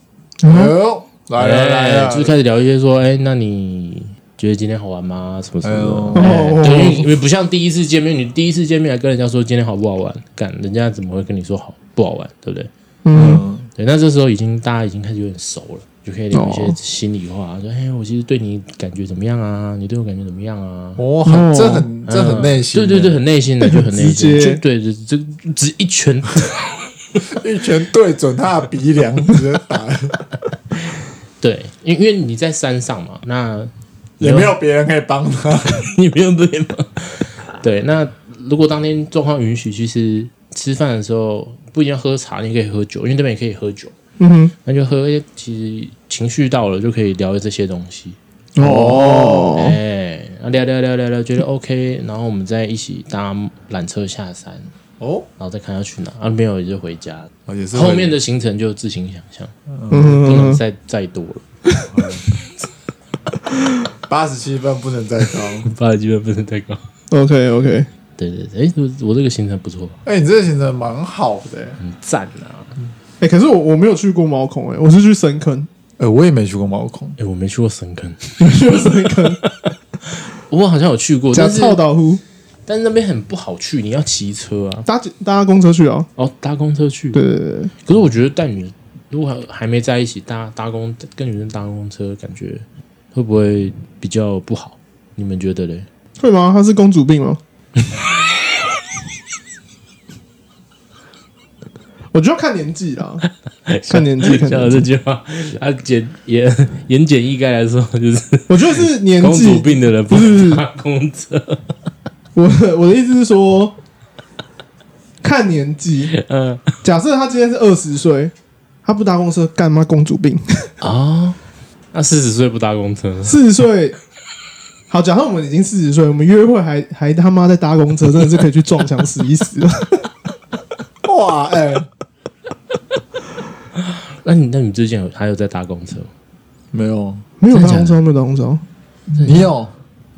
Speaker 2: 哎呦，来了来
Speaker 3: 哎
Speaker 2: 了，
Speaker 3: 就是开始聊一些说哎，那你。觉得今天好玩吗？什么什么的，
Speaker 1: 哎呦
Speaker 3: 哎对，因为因为不像第一次见面，你第一次见面还跟人家说今天好不好玩，干人家怎么会跟你说好不好玩，对不对？
Speaker 1: 嗯，
Speaker 2: 嗯，
Speaker 3: 对，那这时候已经大家已经开始有点熟了，就可以聊一些
Speaker 1: 哦
Speaker 3: 心里话，说：“哎，我其实对你感觉怎么样啊？你对我感觉怎么样啊？”
Speaker 2: 哦，很这很
Speaker 3: 嗯
Speaker 2: 这很内心、
Speaker 3: 对对对，很内心的，就很内
Speaker 1: 直接
Speaker 3: 心，就对对，这只一 拳，
Speaker 2: 对，一拳对准他的鼻梁直接打，
Speaker 3: 对，因因为你在山上嘛，那
Speaker 2: 也没有别人可以帮他，
Speaker 3: 你没有对吗？ 对，那如果当天状况允许，其实吃饭的时候不一定要喝茶，你可以喝酒，因为这边也可以喝酒，
Speaker 1: 嗯
Speaker 3: 那就喝，其实情绪到了就可以聊这些东西。
Speaker 1: 哼，哦，
Speaker 3: 哎，啊聊聊聊聊 聊，觉得 OK，然后我们再一起搭缆车下山，
Speaker 2: 哦，
Speaker 3: 然后再看要去哪。啊，没有也就回家，
Speaker 2: 哦也是
Speaker 3: 后面的行程就自行想象，不能
Speaker 1: 嗯，
Speaker 3: 再再多了，
Speaker 2: 八十七分不能再高，
Speaker 3: 八十基本不能再高。
Speaker 1: ，OK OK，
Speaker 3: 对对对，哎，我我这个行程不错吧，
Speaker 2: 哎、你这个行程蛮好的、哎
Speaker 3: 很赞啊！
Speaker 1: 哎，可是我我没有去过猫孔，哎，我是去深坑，
Speaker 2: 哎、我也没去过猫空，
Speaker 3: 哎，我没去过深坑，
Speaker 1: 去深坑，
Speaker 3: 我好像有去过，
Speaker 1: 讲
Speaker 3: 但是
Speaker 1: 操岛湖，
Speaker 3: 但是那边很不好去，你要骑车啊，
Speaker 1: 搭搭公车去啊，
Speaker 3: 哦，搭公车去。
Speaker 1: 对对对对，
Speaker 3: 可是我觉得带女如果还还没在一起搭搭公跟女生搭公车，感觉会不会比较不好？你们觉得嘞？
Speaker 1: 会吗？她是公主 病吗？我就要看年纪啦， 看年纪，看
Speaker 3: 像
Speaker 1: 年
Speaker 3: 我
Speaker 1: 纪
Speaker 3: 这，句话，啊，简言言简意赅来说，就是
Speaker 1: 我觉得是年
Speaker 3: 公主
Speaker 1: 纪
Speaker 3: 病的人不是搭公 车。
Speaker 1: 我的我的意思是说，看年纪。
Speaker 3: 嗯
Speaker 1: 假设他今天是二十岁，他不搭公车，干嘛公主病？
Speaker 3: 啊，那四十岁不搭公车，
Speaker 1: 四十岁，好，假设我们已经四十岁，我们约会还还他妈在搭公车，真的是可以去撞墙死一死 了。
Speaker 2: 哇，哎、
Speaker 3: 那你那你最近有还有在搭公车吗？
Speaker 2: 没有，
Speaker 1: 没有搭公
Speaker 3: 真的假
Speaker 1: 车，没有搭公车，
Speaker 2: 你有，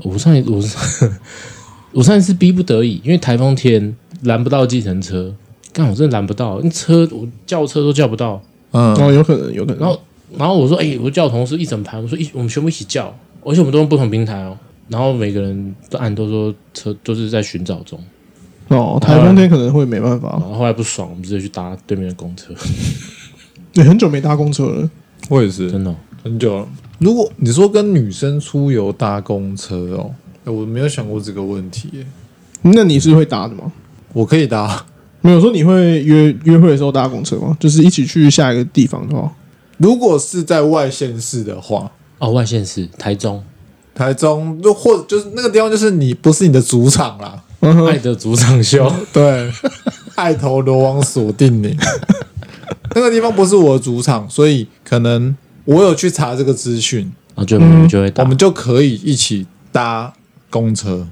Speaker 3: 我上一我上 我上一次逼不得已，因为台风天拦不到计程车，干我真的拦不到，那车我叫车都叫不到。
Speaker 2: 嗯，
Speaker 1: 哦，有可能，有可能。
Speaker 3: 然后然后我说，哎、我叫我同事一整排，我说一我们全部一起叫，而且我们都用不同平台哦。然后每个人都按都说车都是在寻找中，
Speaker 1: 哦，台风天可能会没办法
Speaker 3: 然。后后来不爽，我们直接去搭对面的公车，
Speaker 1: 你很久没搭公车了，
Speaker 2: 我也是，
Speaker 3: 真的哦、
Speaker 2: 很久了。如果你说跟女生出游搭公车哦，哎我没有想过这个问题耶，
Speaker 1: 那你是会搭的吗？
Speaker 2: 我可以搭。
Speaker 1: 没有说你会约约会的时候搭公车吗？就是一起去下一个地方的话，
Speaker 2: 如果是在外县市的话，
Speaker 3: 哦，外县市台中
Speaker 2: 台中就或就是那个地方，就是你不是你的主场啦，
Speaker 1: 嗯哼，
Speaker 3: 爱的主场秀，
Speaker 2: 对，爱头罗网锁定 你。那个地方不是我的主场，所以可能我有去查这个资讯，
Speaker 3: 然后就我们就会搭
Speaker 2: 我们就可以一起搭公车。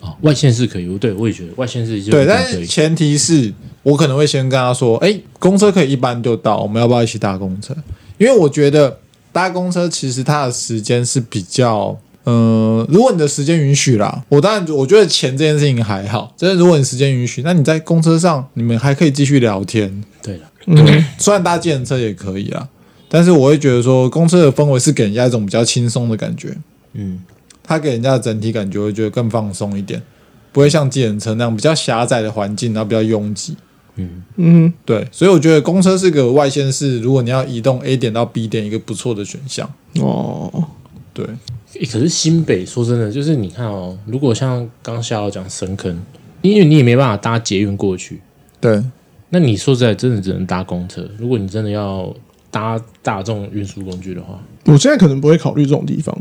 Speaker 3: 哦，外县市可以，对我也觉得外县市就
Speaker 2: 对，
Speaker 3: 一定
Speaker 2: 但
Speaker 3: 可以
Speaker 2: 是前提是我可能会先跟他说，哎、公车可以一班就到，我们要不要一起搭公车？因为我觉得搭公车其实它的时间是比较。呃，如果你的时间允许啦，我当然我觉得钱这件事情还好，真的如果你时间允许，那你在公车上你们还可以继续聊天，
Speaker 3: 对了，
Speaker 1: 嗯，
Speaker 2: 虽然搭计程车也可以啊，但是我会觉得说公车的氛围是给人家一种比较轻松的感觉，
Speaker 3: 嗯，
Speaker 2: 它给人家的整体感觉会觉得更放松一点，不会像计程车那样比较狭窄的环境，然后比较拥挤。
Speaker 1: 嗯，
Speaker 2: 对，所以我觉得公车是个外线是，如果你要移动 A 点到 B 点，一个不错的选项。
Speaker 1: 哦，
Speaker 2: 对，
Speaker 3: 诶可是新北说真的，就是你看哦，如果像刚夏老讲深坑，因为你也没办法搭捷运过去，
Speaker 2: 对，
Speaker 3: 那你说实在真的只能搭公车。如果你真的要搭大众运输工具的话，
Speaker 1: 我现在可能不会考虑这种地方，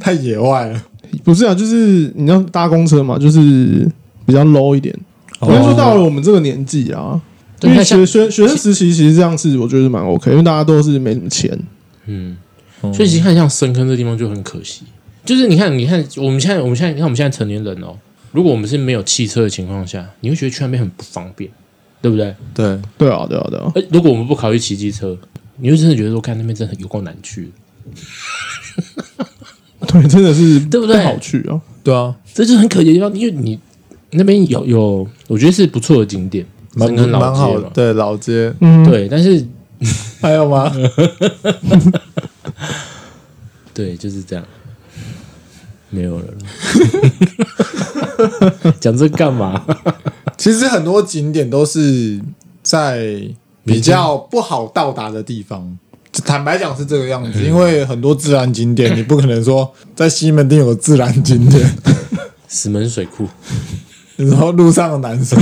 Speaker 2: 太野外了。
Speaker 1: 不是啊，就是你要搭公车嘛，就是比较 low 一点。
Speaker 2: 哦
Speaker 1: 因为说到了我们这个年纪啊，因
Speaker 3: 对
Speaker 1: 为
Speaker 3: 那像
Speaker 1: 学学学生时期其实这样是我觉得蛮 OK，因为大家都是没什么钱，
Speaker 3: 嗯，
Speaker 2: 哦
Speaker 3: 所以其实看像深坑这地方就很可惜，就是你看，你看我们现在，我们现在，你看我们现在成年人哦，如果我们是没有汽车的情况下，你会觉得去那边很不方便，对不对？
Speaker 2: 对，
Speaker 1: 对啊，对啊，对啊，
Speaker 3: 而如果我们不考虑骑机车，你会真的觉得说，看那边真的有够难去的，
Speaker 1: 对，真的是
Speaker 3: 对不对
Speaker 1: 好去啊，
Speaker 2: 对啊，
Speaker 3: 这就是很可惜的地方，因为你那边有有，我觉得是不错的景点，
Speaker 2: 蛮
Speaker 3: 深坑老
Speaker 2: 蛮
Speaker 3: 街
Speaker 2: 好
Speaker 3: 嘛
Speaker 2: 的。，对，老街
Speaker 1: 嗯，
Speaker 3: 对，但是
Speaker 2: 还有吗？
Speaker 3: 对，就是这样，没有了啦。 讲这干嘛？
Speaker 2: 其实很多景点都是在比较不好到达的地方。坦白讲是这个样子，因为很多自然景点，你不可能说在西门町有个自然景点，
Speaker 3: 石门水库，
Speaker 2: 然后路上的男生，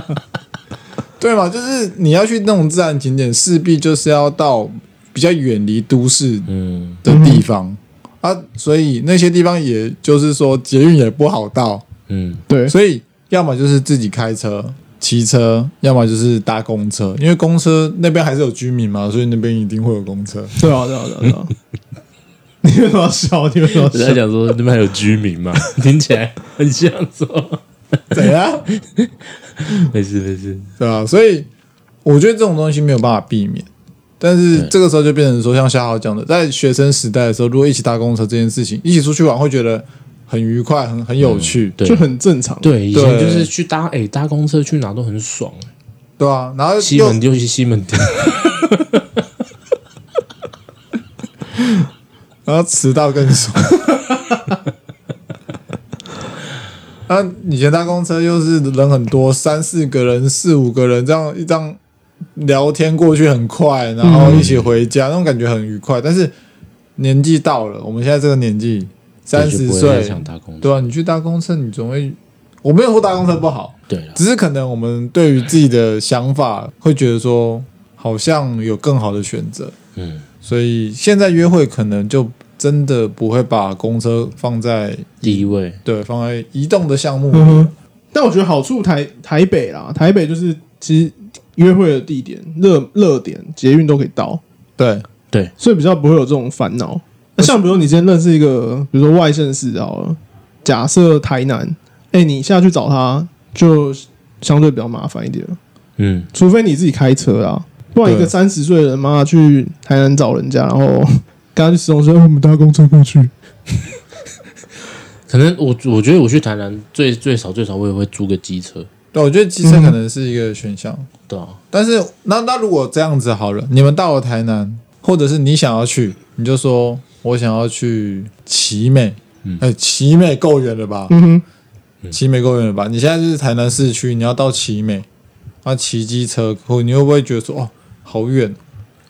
Speaker 2: 对嘛？就是你要去那种自然景点，势必就是要到比较远离都市
Speaker 3: 嗯，
Speaker 2: 的地方、啊，所以那些地方也就是说捷运也不好到，
Speaker 3: 嗯，
Speaker 1: 对，
Speaker 2: 所以要么就是自己开车、骑车，要么就是搭公车，因为公车那边还是有居民嘛，所以那边一定会有公车。
Speaker 1: 对啊，对啊，对啊，对啊。 你为什么要笑？你为什么要
Speaker 3: 我在
Speaker 1: 笑？
Speaker 3: 讲说那边还有居民嘛， 听起来很像说，
Speaker 2: 怎样？
Speaker 3: 没事没事，
Speaker 2: 啊 对啊，所以我觉得这种东西没有办法避免。但是这个时候就变成说，像夏豪讲的，在学生时代的时候，如果一起搭公车这件事情，一起出去玩，会觉得很愉快、很很有趣，
Speaker 3: 对
Speaker 1: 就很正常，啊
Speaker 3: 对，以前
Speaker 2: 对
Speaker 3: 就是去搭哎、搭公车去哪都很爽，
Speaker 2: 对啊。然后
Speaker 3: 西
Speaker 2: 又
Speaker 3: 门尤其西门町，
Speaker 2: 然后迟到更爽。那以前搭公车又是人很多，三四个人、四五个人这样一张聊天过去很快，然后一起回家，那种感觉很愉快。但是年纪到了，我们现在这个年纪，三
Speaker 3: 就
Speaker 2: 十
Speaker 3: 不会再
Speaker 2: 岁，
Speaker 3: 想搭公车，
Speaker 2: 对啊，你去搭公车，你总会，我没有说搭公车不好，
Speaker 3: 对了，
Speaker 2: 只是可能我们对于自己的想法会觉得说，好像有更好的选择，
Speaker 3: 嗯，
Speaker 2: 所以现在约会可能就真的不会把公车放在
Speaker 3: 第一位，
Speaker 2: 对放在移动的项目，
Speaker 1: 嗯哼，但我觉得好处台台北啦，台北就是其实约会的地点、热热点、捷运都可以到，
Speaker 2: 对
Speaker 3: 对，
Speaker 1: 所以比较不会有这种烦恼。那像比如你今天认识一个，比如说外县市好了，假设台南，哎、你下去找他就相对比较麻烦一点了，
Speaker 3: 嗯，
Speaker 1: 除非你自己开车啦，不然一个
Speaker 2: 对
Speaker 1: 三十岁的人妈去台南找人家，然后跟他去市中心，哎我们搭公车过去，
Speaker 3: 可能我我觉得我去台南最最少最少我也会租个机车，
Speaker 2: 对，我觉得机车可能是一个选项，
Speaker 1: 嗯
Speaker 3: 对啊，
Speaker 2: 但是那那如果这样子好了，你们到了台南，或者是你想要去，你就说我想要去奇美，
Speaker 3: 嗯
Speaker 2: 哎、奇美够远了吧？
Speaker 1: 嗯哼，
Speaker 2: 奇美够远了吧？你现在就是台南市区，你要到奇美，啊，骑机车，或你会不会觉得说哦，好远？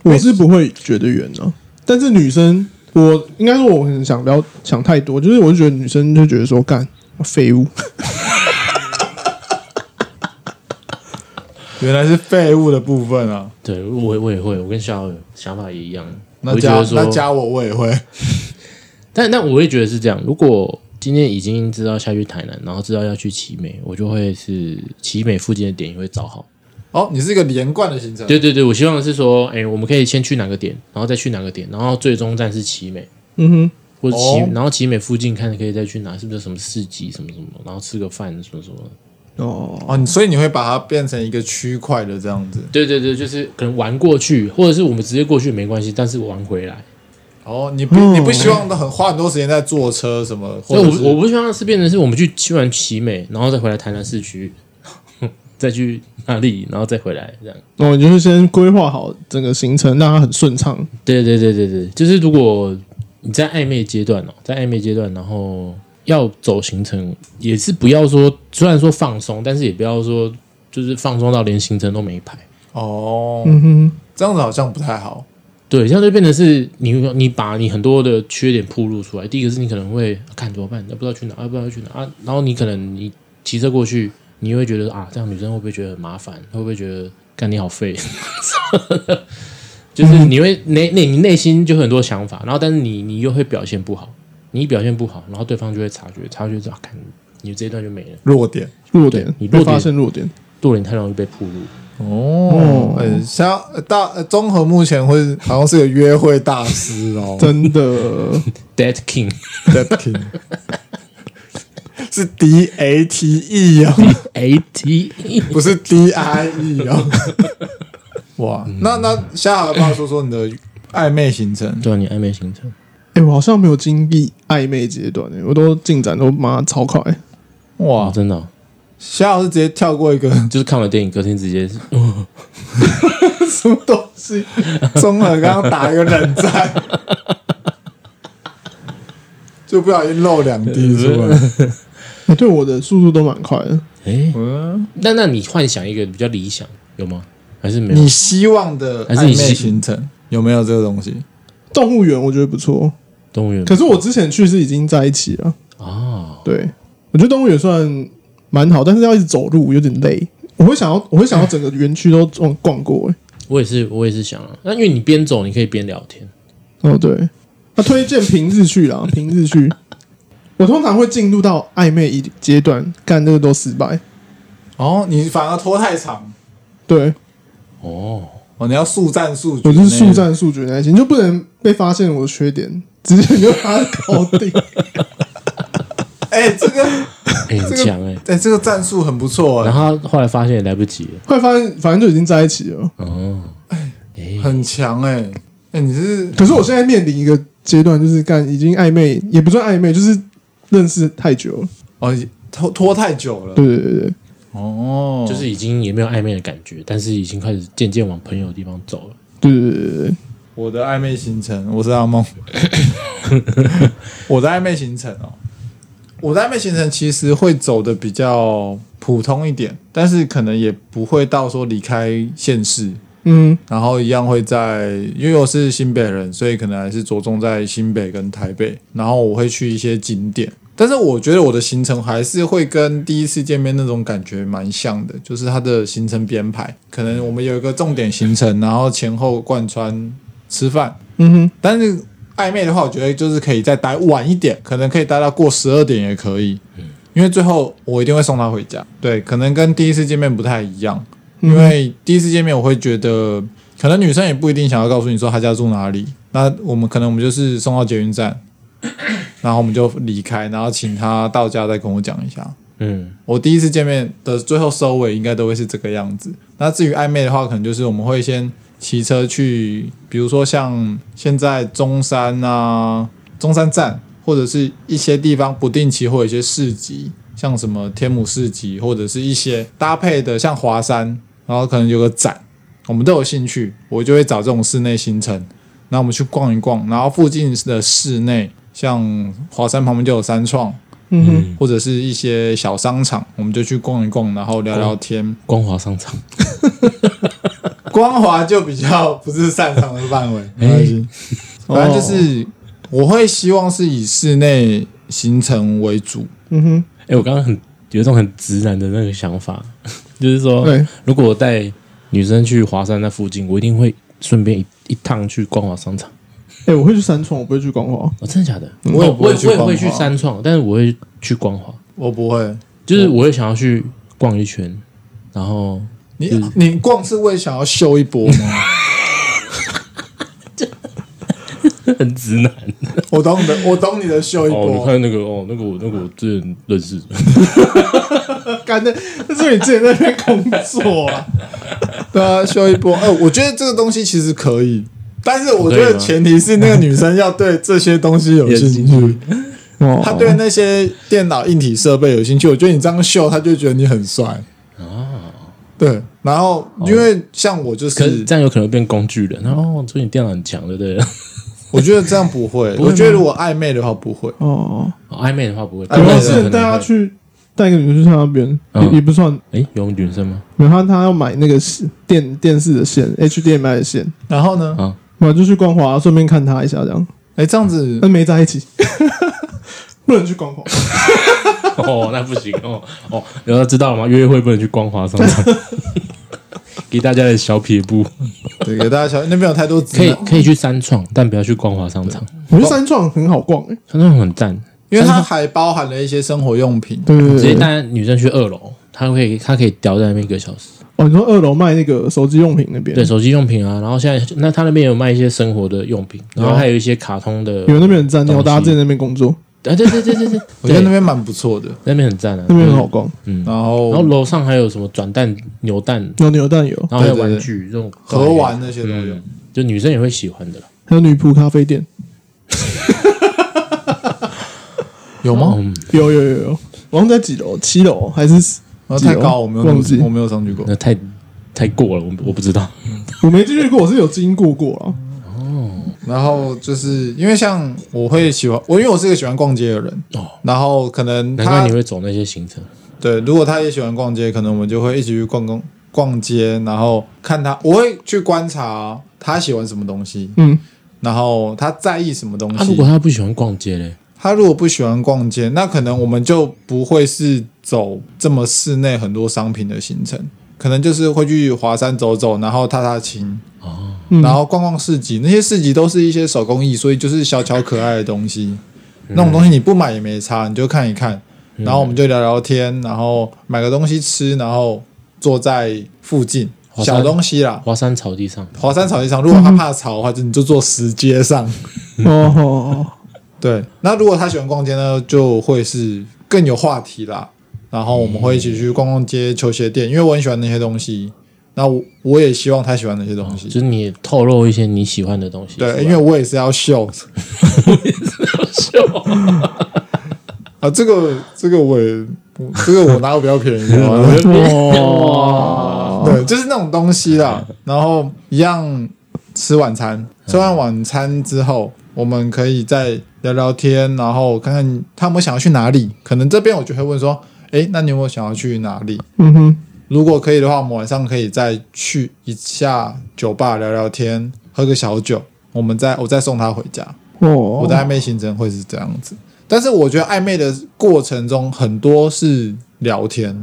Speaker 1: 我是不会觉得远啊，但是女生，我应该说我很想不要想太多，就是我就觉得女生就觉得说干废物，
Speaker 2: 原来是废物的部分啊！
Speaker 3: 对我我也会，我跟小友想法也一样，
Speaker 2: 那
Speaker 3: 我觉
Speaker 2: 加
Speaker 3: 得说
Speaker 2: 那加我我也会，
Speaker 3: 但但我会觉得是这样，如果今天已经知道下去台南，然后知道要去奇美，我就会是奇美附近的点也会找好。
Speaker 2: 哦，你是一个连贯的行程，哦
Speaker 3: 对对对，我希望是说，哎、我们可以先去哪个点，然后再去哪个点，然后最终站是奇美。
Speaker 1: 嗯哼，
Speaker 3: 或者奇，
Speaker 2: 哦
Speaker 3: 然后奇美附近看可以再去哪，是不是有什么市集什么什么，然后吃个饭什么什么的。
Speaker 1: 哦，
Speaker 2: 哦，你所以你会把它变成一个区块的这样子。
Speaker 3: 对对对，就是可能玩过去，或者是我们直接过去没关系，但是玩回来。
Speaker 2: 哦，你不、你不希望很花很多时间在坐车什么，或
Speaker 3: 所以
Speaker 2: 者
Speaker 3: 嗯我我
Speaker 2: 是
Speaker 3: 不希望是变成是我们去去完奇美，然后再回来台南市区， 再去哪里，然后再回来这样。
Speaker 1: 哦，你就是先规划好整个行程，让它很顺畅。
Speaker 3: 对对对对对，就是如果你在暧昧阶段哦，在暧昧阶段，然后要走行程，也是不要说，虽然说放松，但是也不要说就是放松到连行程都没排。
Speaker 2: 哦，
Speaker 1: 嗯哼，
Speaker 2: 这样子好像不太好。
Speaker 3: 对，这样就变成是你你把你很多的缺点暴露出来。第一个是你可能会啊看怎么办，不知道去哪，啊、不知道去哪啊。然后你可能你骑车过去，你会觉得啊，这样女生会不会觉得很麻烦？会不会觉得干你好废？ 就是你会内内你内心就很多想法，然后但是你你又会表现不好，你一表现不好，然后对方就会察觉，察觉之后啊，看你这一段就没了，
Speaker 2: 弱点
Speaker 1: 弱点，
Speaker 3: 你弱点
Speaker 1: 被发现弱点，
Speaker 3: 弱点太容易被暴露。嗯
Speaker 2: 哦，呃、像呃大呃综合目前会好像是个约会大师 哦
Speaker 1: 真的
Speaker 3: Dead King
Speaker 2: ，Dapkin 是 D A T E 哦，
Speaker 3: A T，E
Speaker 2: 不是 D I E 哦。 哇，那那夏海爸说说你的暧昧行程，
Speaker 3: 对啊，你暧昧行程。
Speaker 1: 哎、我好像没有经历暧昧阶段、欸，我都进展都妈超快。
Speaker 3: 哦，
Speaker 2: 哇，
Speaker 3: 真的哦、
Speaker 2: 嗯夏老师直接跳过一个
Speaker 3: 就是看完电影隔天直接
Speaker 2: 什么东西？综合刚刚打一个冷战， 就不小心漏两滴出来。
Speaker 1: 欸、对我的速度都蛮快的，
Speaker 3: 哎，
Speaker 2: 嗯，
Speaker 3: 那那你幻想一个比较理想有吗？还是没有
Speaker 2: 你？希望的
Speaker 3: 还
Speaker 2: 暧
Speaker 3: 是你
Speaker 2: 昧
Speaker 3: 希
Speaker 2: 行程有没有这个东西？
Speaker 1: 动物园我觉得不错，
Speaker 3: 动物园
Speaker 1: 可是我之前去是已经在一起了。
Speaker 3: 啊，
Speaker 1: 对，我觉得动物园算蛮好，但是要一直走路有点累。我会想要，我会想要整个园区都逛逛过、欸。
Speaker 3: 我也是，我也是想啊。那因为你边走，你可以边聊天。
Speaker 1: 哦，对，他推荐平日去啦，平日去。我通常会进入到暧昧一阶段，干这个都失败。
Speaker 2: 哦，你反而拖太长
Speaker 1: 对，
Speaker 3: 哦，
Speaker 2: 哦，你要速战速决。
Speaker 1: 我就是速，战速决那一型，你就不能被发现我的缺点，直接你就把它搞定。
Speaker 2: 哎，这个
Speaker 3: 哎很强哎。
Speaker 2: 哎，这个战术很不错
Speaker 3: 然
Speaker 2: 哎，
Speaker 3: 后他后来发现也来不及了。
Speaker 1: 快发现，反正就已经在一起了。
Speaker 3: 哦，
Speaker 2: 很强哎。哎，你是
Speaker 1: 可是我现在面临一个阶段，就是干已经暧昧，也不算暧昧，就是认识太久了。
Speaker 2: 哦拖拖太久了
Speaker 1: 对对对对，
Speaker 2: 哦，
Speaker 3: 就是已经也没有暧昧的感觉，但是已经开始渐渐往朋友的地方走了。
Speaker 1: 对对对对对，
Speaker 2: 我的暧昧行程，我是阿梦。我的暧昧行程哦，我的暧昧行程其实会走的比较普通一点，但是可能也不会到说离开县市，
Speaker 1: 嗯，
Speaker 2: 然后一样会在，因为我是新北人，所以可能还是着重在新北跟台北，然后我会去一些景点。但是我觉得我的行程还是会跟第一次见面那种感觉蛮像的，就是它的行程编排，可能我们有一个重点行程，然后前后贯穿吃饭，
Speaker 1: 嗯哼，
Speaker 2: 但是暧昧的话，我觉得就是可以再待晚一点，可能可以待到过十二点也可以。因为最后我一定会送她回家。对，可能跟第一次见面不太一样，因为第一次见面我会觉得，可能女生也不一定想要告诉你说她家住哪里。那我们可能我们就是送到捷运站，然后我们就离开，然后请她到家再跟我讲一下。
Speaker 3: 嗯，
Speaker 2: 我第一次见面的最后收尾应该都会是这个样子。那至于暧昧的话，可能就是我们会先骑车去，比如说像现在中山啊、中山站，或者是一些地方不定期会有一些市集，像什么天母市集，或者是一些搭配的像华山，然后可能有个展，我们都有兴趣，我就会找这种室内行程。那我们去逛一逛，然后附近的室内，像华山旁边就有三创，
Speaker 1: 嗯哼，
Speaker 2: 或者是一些小商场，我们就去逛一逛，然后聊聊天。
Speaker 3: 光华商场，
Speaker 2: 哦光华就比较不是擅长的范围， 没关系。哦反正就是我会希望是以室内行程为主。
Speaker 1: 嗯哼，
Speaker 3: 哎，我刚刚很有一种很直男的那个想法， 就是说，
Speaker 1: 对，
Speaker 3: 如果我带女生去华山那附近，我一定会顺便一一趟去光华商场。
Speaker 1: 哎、我会去三创，我不会去光华。
Speaker 3: 哦，真的假的？
Speaker 2: 我也
Speaker 3: 哦
Speaker 2: 不
Speaker 3: 我
Speaker 2: 会
Speaker 3: 也
Speaker 2: 去
Speaker 3: 我也
Speaker 2: 光
Speaker 3: 会
Speaker 2: 华
Speaker 3: 去三创，但是我会去光华，
Speaker 2: 我不会，
Speaker 3: 就是我会想要去逛一圈，然后
Speaker 2: 你你逛 是为想要秀一波吗？
Speaker 3: 很直男
Speaker 2: 我懂你的，我懂你的秀一
Speaker 3: 哦，你
Speaker 2: 波。
Speaker 3: 看那个哦，那个我那个我之前认识的，
Speaker 1: 干的，那是你自己在那边工作 啊。
Speaker 2: 对啊，秀一波。哎、我觉得这个东西其实可以，但是我觉
Speaker 3: 可
Speaker 2: 得
Speaker 3: 以吗
Speaker 2: 前提是那个女生要对这些东西 有兴
Speaker 3: 有
Speaker 2: 趣，
Speaker 1: 哦，
Speaker 2: 她对那些电脑硬体设备有兴趣。我觉得你这样秀，她就觉得你很帅啊。对，然后因为像我就
Speaker 3: 哦可是
Speaker 2: 是，
Speaker 3: 这样有可能变工具人。然后哦所以你电脑很强，对不对？
Speaker 2: 我觉得这样不会。
Speaker 1: 会吗
Speaker 2: 我觉得如果暧昧的话不会。
Speaker 1: 哦，
Speaker 3: 哦暧昧的话不会，
Speaker 2: 暧
Speaker 1: 有
Speaker 2: 昧
Speaker 1: 啊，
Speaker 2: 的
Speaker 1: 之
Speaker 2: 话
Speaker 1: 前带他去带一个女生去他那边，也
Speaker 3: 嗯
Speaker 1: 也不算，
Speaker 3: 哎，有女生吗？
Speaker 1: 然后他要买那个电电视的线，HDMI 的线，
Speaker 2: 然后呢？
Speaker 3: 啊，
Speaker 1: 我就去光华，顺便看他一下这样，
Speaker 2: 哎、这样子
Speaker 1: 但没在一起， 不能去光华。
Speaker 3: 哦，那不行哦哦，然后知道了吗？约会不能去光华商 场，给大家的小撇步，
Speaker 2: 对，给大家小那边有太多直
Speaker 3: 可以
Speaker 2: 男，
Speaker 3: 可以去三创，但不要去光华商场，
Speaker 1: 我觉得三创很好逛欸诶、
Speaker 3: 三创很赞，
Speaker 2: 因为它还包含了一些生活用品。
Speaker 1: 对对
Speaker 3: 直接
Speaker 1: 对对，
Speaker 3: 带女生去二楼，她可以她可以屌在那边一个小时。
Speaker 1: 哦，你说二楼卖那个手机用品那边，
Speaker 3: 对，手机用品啊，然后现在那他那边有卖一些生活的用品，
Speaker 2: 啊
Speaker 3: 然后还有一些卡通的，
Speaker 1: 有那边很赞，
Speaker 3: 东
Speaker 1: 鸟
Speaker 3: 西
Speaker 1: 大家之前在那边工作，
Speaker 3: 啊，对对对 对对，
Speaker 2: 我觉得那
Speaker 3: 对
Speaker 2: 边蛮不错的。
Speaker 3: 那边很赞啊，
Speaker 1: 那边很好逛，
Speaker 3: 嗯，
Speaker 2: 然
Speaker 3: 然后
Speaker 2: 后
Speaker 3: 楼上还有什么转蛋、扭蛋，
Speaker 1: 有牛蛋有，
Speaker 3: 然后还有
Speaker 2: 对对对
Speaker 3: 玩具这种
Speaker 2: 盒玩，那些都有
Speaker 3: 嗯，，就女生也会喜欢的啦。
Speaker 1: 还有女仆咖啡店，
Speaker 2: 有吗？
Speaker 3: 嗯，
Speaker 1: 有有有有，好像在几楼，七楼还是
Speaker 2: 然后
Speaker 1: 几楼
Speaker 2: 啊太高，我没有
Speaker 1: 忘记
Speaker 2: 我没有上去过。
Speaker 3: 那太太过了，我我不知道。
Speaker 1: 我没进去过，我是有经过过啊。
Speaker 2: 然后就是因为像我会喜欢我，因为我是一个喜欢逛街的人
Speaker 3: 哦，
Speaker 2: 然后可能
Speaker 3: 难怪
Speaker 2: 他
Speaker 3: 你会走那些行程，
Speaker 2: 对，如果他也喜欢逛街，可能我们就会一起去逛逛逛街，然后看他，我会去观察他喜欢什么东西，
Speaker 1: 嗯，
Speaker 2: 然后他在意什么东
Speaker 3: 啊，如
Speaker 2: 西
Speaker 3: 果。他不喜欢逛街嘞，
Speaker 2: 他如果不喜欢逛街，那可能我们就不会是走这么室内很多商品的行程，可能就是会去华山走走，然后踏踏青，
Speaker 3: 哦
Speaker 1: 嗯
Speaker 2: 然后逛逛市集。那些市集都是一些手工艺，所以就是小巧可爱的东西。
Speaker 3: 嗯
Speaker 2: 那种东西你不买也没差，你就看一看，然后我们就聊聊天，然后买个东西吃，然后坐在附近
Speaker 3: 华山嗯
Speaker 2: 小东西啦。
Speaker 3: 华山草地上，
Speaker 2: 华山草地上，如果他怕潮的话，就你就坐石阶上。
Speaker 3: 嗯
Speaker 1: 哦哦哦，
Speaker 2: 对，那如果他喜欢逛街呢，就会是更有话题啦。然后我们会一起去逛逛街、球鞋店，因为我很喜欢那些东西。那我我也希望他喜欢那些东
Speaker 3: 就
Speaker 2: 西。
Speaker 3: 是你透露一些你喜欢的东西出来。
Speaker 2: 对，因为我也是要秀 啊，这个这个我也我这个我拿的比较便宜啊。
Speaker 1: 哦哇，
Speaker 2: 对，就是那种东西啦。然后一样吃晚餐，吃完晚餐之后，我们可以再聊聊天，然后看看他们想要去哪里。可能这边我就会问说，诶，那你有没有想要去哪里？
Speaker 1: 嗯哼，
Speaker 2: 如果可以的话，我们晚上可以再去一下酒吧聊聊天，喝个小酒，我们再我再送他回家。
Speaker 1: 哦，
Speaker 2: 我的暧昧行程会是这样子，但是我觉得暧昧的过程中很多是聊天，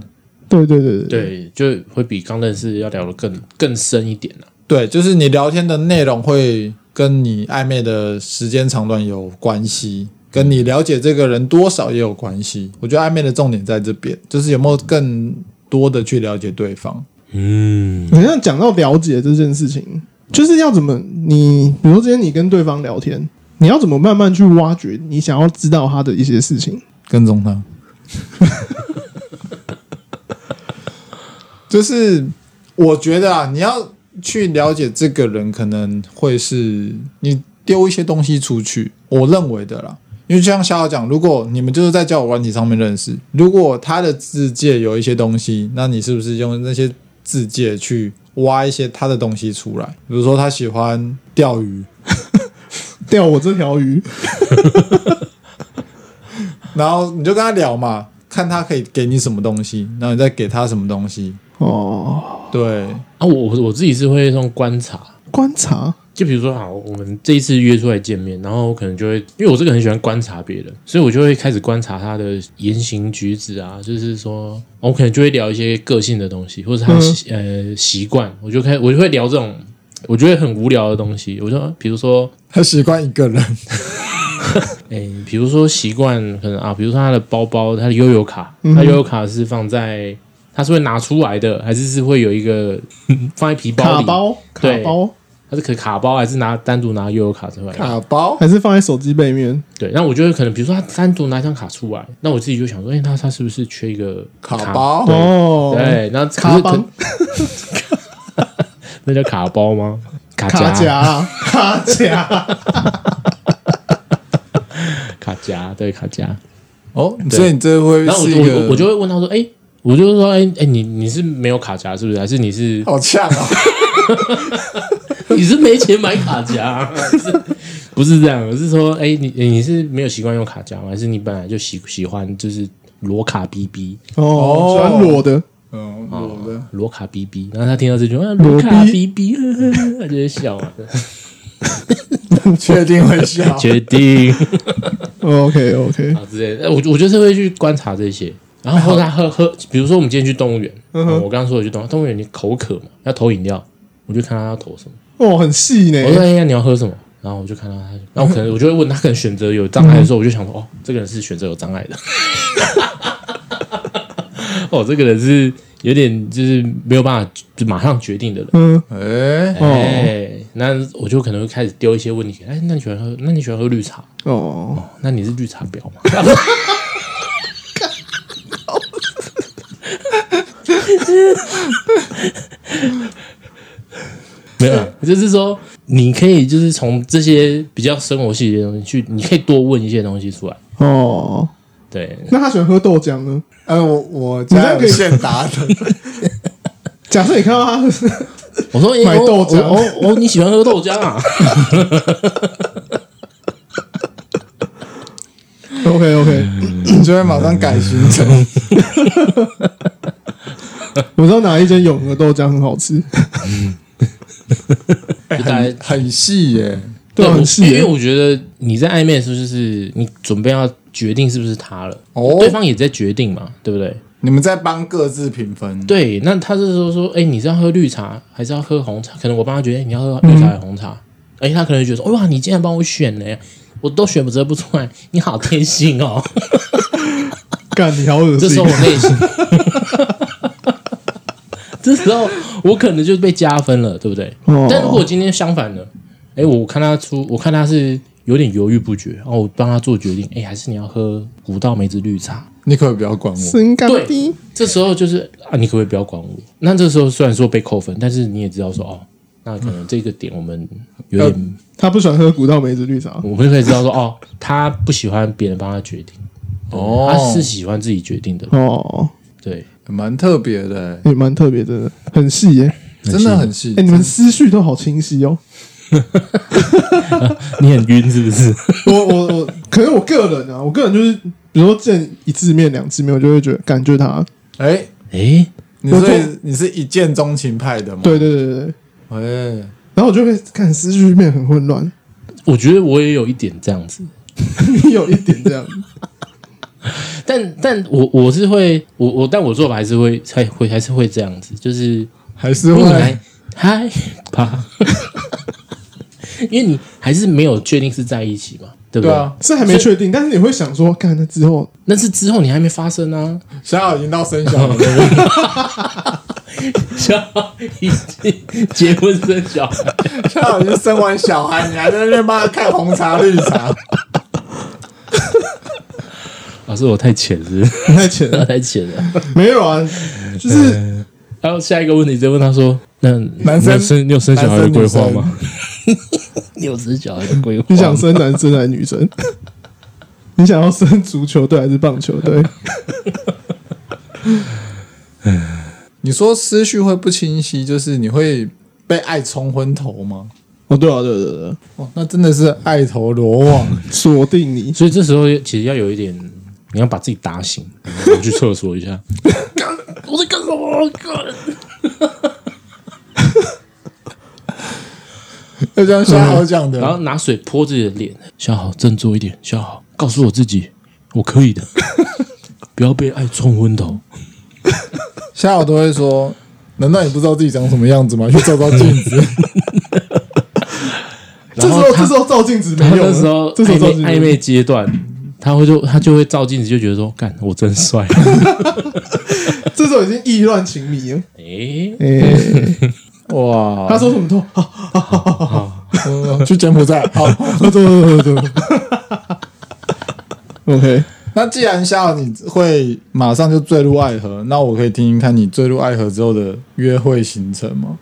Speaker 1: 对对对，
Speaker 3: 对，就会比刚认识要聊得更更深一点了。啊
Speaker 2: 对，就是你聊天的内容会跟你暧昧的时间长短有关系，跟你了解这个人多少也有关系。我觉得暧昧的重点在这边，就是有没有更多的去了解对方。
Speaker 3: 嗯，
Speaker 1: 好像讲到了解这件事情，就是要怎么你，比如说今天你跟对方聊天，你要怎么慢慢去挖掘你想要知道他的一些事情。
Speaker 2: 跟踪他， 就是我觉得啊，你要去了解这个人，可能会是你丢一些东西出去，我认为的啦。因为就像小小讲，如果你们就是在交友软体上面认识，如果他的字界有一些东西，那你是不是用那些字界去挖一些他的东西出来？比如说他喜欢钓鱼，
Speaker 1: 钓我这条鱼，
Speaker 2: 然后你就跟他聊嘛，看他可以给你什么东西，然后你再给他什么东西。
Speaker 1: 哦，
Speaker 2: 对，
Speaker 3: 啊，我我我自己是会用观察，
Speaker 1: 观察，
Speaker 3: 就比如说好，我们这一次约出来见面，然后我可能就会，因为我这个很喜欢观察别人，所以我就会开始观察他的言行举止啊，就是说，我可能就会聊一些个性的东西，或者他习、呃习惯，我就开我就会聊这种。我觉得很无聊的东西，我就比如说，
Speaker 2: 他习惯一个人。
Speaker 3: 诶、比如说习惯可能啊，比如说他的包包，他的悠游卡，他悠游卡是放在，他是会拿出来的，还是是会有一个 放在皮包
Speaker 1: 卡
Speaker 3: 里？
Speaker 1: 包，卡
Speaker 3: 对
Speaker 1: 包，
Speaker 3: 它是可以卡包还是拿单独拿悠游卡出来？
Speaker 2: 卡包
Speaker 1: 还是放在手机背面，
Speaker 3: 对，那我觉得可能比如说他单独拿一张卡出来，那我自己就想说，哎、那他是不是缺一个
Speaker 2: 卡包
Speaker 3: 对
Speaker 1: 哦
Speaker 3: 对，那可是
Speaker 1: 卡包
Speaker 3: 可那叫卡包吗？卡
Speaker 1: 卡
Speaker 3: 夹，
Speaker 1: 夹卡夹，
Speaker 3: 卡夹，对，卡夹。
Speaker 2: 哦，所以你这会
Speaker 3: 然后我
Speaker 2: 是
Speaker 3: 就
Speaker 2: 一
Speaker 3: 我
Speaker 2: 个
Speaker 3: 我我就会问他说，哎、我就说，哎、哎、你你是没有卡夹是不是？还是你是
Speaker 2: 好呛啊，
Speaker 3: 你是没钱买卡夹、 不是不是这样，我是说，哎、你你是没有习惯用卡夹吗？还是你本来就喜喜欢就是裸卡 BB
Speaker 1: 哦，
Speaker 2: 哦
Speaker 1: 喜欢裸的，
Speaker 2: 嗯，我的
Speaker 3: 裸卡 BB？然后他听到这句，啊，裸卡 BB，呵呵呵 他就会笑嘛。，
Speaker 2: 确定会笑
Speaker 3: 决定
Speaker 1: OK OK，
Speaker 3: 啊之类的。呃我我就是会去观察这些，然后他喝喝，比如说我们今天去动物园，啊我刚刚说我去动物动物园，你口渴嘛，要投饮料，我就看他要投什么。
Speaker 1: 哦，很细
Speaker 3: 我说
Speaker 1: 呢，
Speaker 3: 哎呀，你要喝什么？然后我就看到他，然后可能我就会问他，可能选择有障碍的时候，我就想说，哦，这个人是选择有障碍的， 哦，这个人是有点就是没有办法就马上决定的人。
Speaker 1: 嗯，
Speaker 2: 哎，
Speaker 3: 哎，那我就可能会开始丢一些问题给他。哎，那你喜欢喝？那你喜欢喝绿茶？
Speaker 1: 哦，
Speaker 3: 那你是绿茶婊吗？ 没有啦，啊就是说你可以就是从这些比较生活细节的东西去，你可以多问一些东西出来。
Speaker 1: 哦，
Speaker 3: 对，
Speaker 1: 那他喜欢喝豆浆呢？
Speaker 2: 嗯，我我
Speaker 1: 这
Speaker 2: 家
Speaker 1: 样
Speaker 2: 有
Speaker 1: 可以
Speaker 2: 现打的，
Speaker 1: 假设你看到他，
Speaker 3: 我说哎
Speaker 1: 买
Speaker 3: 哦
Speaker 1: 豆浆
Speaker 3: 哦哦哦，你喜欢喝豆浆 啊？
Speaker 1: OK OK，
Speaker 2: 你就会马上改行程。
Speaker 1: 我知道哪一间永和豆浆很好吃，
Speaker 3: 就大概
Speaker 2: 很细耶、
Speaker 1: 对，啊
Speaker 3: 我哎
Speaker 1: 很细欸
Speaker 3: 因为
Speaker 1: 耶，
Speaker 3: 我觉得你在暧昧的时候，就是你准备要决定是不是他了，
Speaker 2: 哦
Speaker 3: 对方也在决定嘛，对不对？
Speaker 2: 你们在帮各自评分，
Speaker 3: 对，那他这时候说，哎、你是要喝绿茶还是要喝红茶？可能我帮他决定你要喝绿茶还是红茶，
Speaker 1: 嗯
Speaker 3: 哎、他可能觉得说，哇，你竟然帮我选呢、我都选择不出来，你好贴心哦。
Speaker 1: 干你好恶
Speaker 3: 这时
Speaker 1: 心
Speaker 3: 候，我内心， 这时候我可能就被加分了，对不对？
Speaker 1: 哦
Speaker 3: 但如果今天相反了，哎，我看他出，我看他是有点犹豫不决，哦，我帮他做决定，哎，还是你要喝古道梅子绿茶？
Speaker 2: 你可不可以不要管我？
Speaker 1: 身干
Speaker 3: 对
Speaker 1: 低，
Speaker 3: 这时候就是啊，你可不可以不要管我？那这时候虽然说被扣分，但是你也知道说哦。那可能这个点我们有点，
Speaker 1: 他不喜欢喝古道梅子绿茶，
Speaker 3: 我们就可以知道说，哦，他不喜欢别人帮他决定，
Speaker 2: 哦
Speaker 3: 他啊是喜欢自己决定的，
Speaker 1: 哦，
Speaker 3: 对，
Speaker 2: 蛮特别的、
Speaker 1: 也蛮特别的，很细耶，
Speaker 2: 真的很细
Speaker 1: 哎，。你们思绪都好清晰哦，
Speaker 3: 你很晕是不是？
Speaker 1: 我我我，可能我个人啊，我个人就是，比如说见一次面、两次面，我就会觉得感觉他，
Speaker 2: 哎、
Speaker 3: 哎，
Speaker 2: 你
Speaker 1: 我
Speaker 2: 所
Speaker 1: 做
Speaker 2: 以你是一见钟情派的吗？
Speaker 1: 对，对对对对，
Speaker 2: 哎、
Speaker 1: 然后我就会看思绪变很混乱，
Speaker 3: 我觉得我也有一点这样子，
Speaker 1: 有一点这样，
Speaker 3: 但但我我是会我我但我做法还是会还会还是会这样子，就是
Speaker 2: 还是
Speaker 3: 因为你
Speaker 2: 会
Speaker 3: 还害怕， 因为你还是没有确定是在一起嘛，对不
Speaker 2: 对啊，
Speaker 1: 是还没确定，但是你会想说，看那之后，
Speaker 3: 那是之后你还没发生啊，
Speaker 2: 小小已经到生小了，
Speaker 3: 小已经结婚生小孩，
Speaker 2: 小小已经生完小孩，你还在那边帮他看红茶绿茶，
Speaker 3: 老师我太浅是不是
Speaker 1: 太浅
Speaker 3: 我
Speaker 1: 了，
Speaker 3: 太浅了。
Speaker 1: 没有啊，就是
Speaker 3: 然后下一个问题直接问他说：“那
Speaker 2: 男生
Speaker 3: 你有生你有生小孩的规划
Speaker 2: 男
Speaker 3: 吗？ 你有生小孩的规划吗？
Speaker 1: 你想生男生还是女生？ 你想要生足球队还是棒球队？
Speaker 2: 你说思绪会不清晰，就是你会被爱冲昏头吗？
Speaker 1: 哦，对啊，对对对，
Speaker 2: 哦，那真的是爱头罗网，
Speaker 1: 锁定你，
Speaker 3: 所以这时候其实要有一点，你要把自己打醒，我去厕所 一下。我在干什么？干
Speaker 2: 就像小小讲的
Speaker 3: 然，后拿水泼自己的脸，笑好，振作一点，笑好，告诉我自己，我可 以的，不要被爱冲昏头。
Speaker 2: 夏小都会说：“难道你不知道自己长什么样子吗？去照照镜 子。
Speaker 1: 这时
Speaker 3: 然后
Speaker 1: 候
Speaker 3: 他
Speaker 1: 这时候照镜子没
Speaker 3: 然后
Speaker 1: 用
Speaker 3: 那时
Speaker 1: 了
Speaker 3: 候，
Speaker 1: 这时候
Speaker 3: 暧
Speaker 1: 照
Speaker 3: 昧
Speaker 1: 镜
Speaker 3: 暧
Speaker 1: 子
Speaker 3: 昧阶段，他会就他就会照镜子，就觉得说，干，我真 帅。
Speaker 1: 这时候已经意乱情迷了。
Speaker 3: 哎，
Speaker 1: 哎，
Speaker 2: 哇
Speaker 1: 他说什么都好，
Speaker 2: 走嗯去柬埔寨。好，
Speaker 1: 走走走走。OK，
Speaker 2: 那既然夏你会马上就坠入爱河，那我可以听听看你坠入爱河之后的约会行程吗？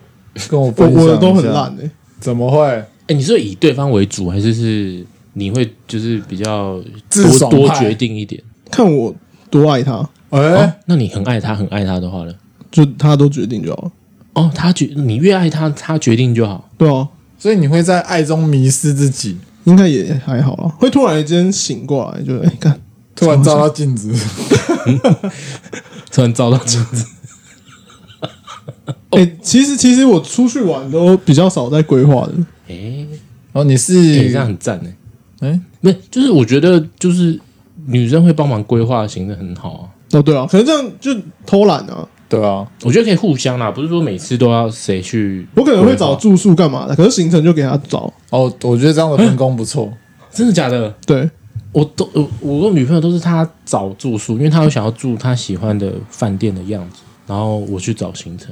Speaker 2: 跟我
Speaker 1: 我
Speaker 2: 分享一
Speaker 1: 我的
Speaker 2: 下。
Speaker 1: 都很烂，哎、
Speaker 2: 怎么会？
Speaker 3: 哎，你是以对方为主，还是是你会就是比较
Speaker 2: 自
Speaker 3: 多
Speaker 2: 爽
Speaker 3: 多
Speaker 2: 派
Speaker 3: 决定一点？
Speaker 1: 看我多爱他，
Speaker 2: 哎、
Speaker 3: 哦，那你很爱他，很爱他的话呢？
Speaker 1: 就他都决定就好了。
Speaker 3: 哦，他决你越爱他，他决定就好。
Speaker 1: 对啊，
Speaker 2: 所以你会在爱中迷失自己，
Speaker 1: 应该也还好啊啦，会突然间醒过来，就哎干、
Speaker 2: 突然照到镜子，
Speaker 3: 突然遭到这样子，哦
Speaker 1: 哎、其实其实我出去玩都比较少在规划的，
Speaker 3: 哎、
Speaker 2: 哦，你
Speaker 3: 欸
Speaker 2: 是
Speaker 3: 这样很赞哎、
Speaker 2: 哎、
Speaker 3: 没，就是我觉得就是女生会帮忙规划型的很好啊。
Speaker 1: 哦对啊，可能这样就偷懒啊，
Speaker 2: 对啊，
Speaker 3: 我觉得可以互相啦，不是说每次都要谁去规划。
Speaker 1: 我可能会找住宿干嘛
Speaker 3: 啊
Speaker 1: 的，可是行程就给他找。
Speaker 2: 哦，我觉得这样的分工不 错。
Speaker 3: 真的假的？
Speaker 1: 对，
Speaker 3: 我都我我跟女朋友都是她找住宿，因为她有想要住她喜欢的饭店的样子，然后我去找行程。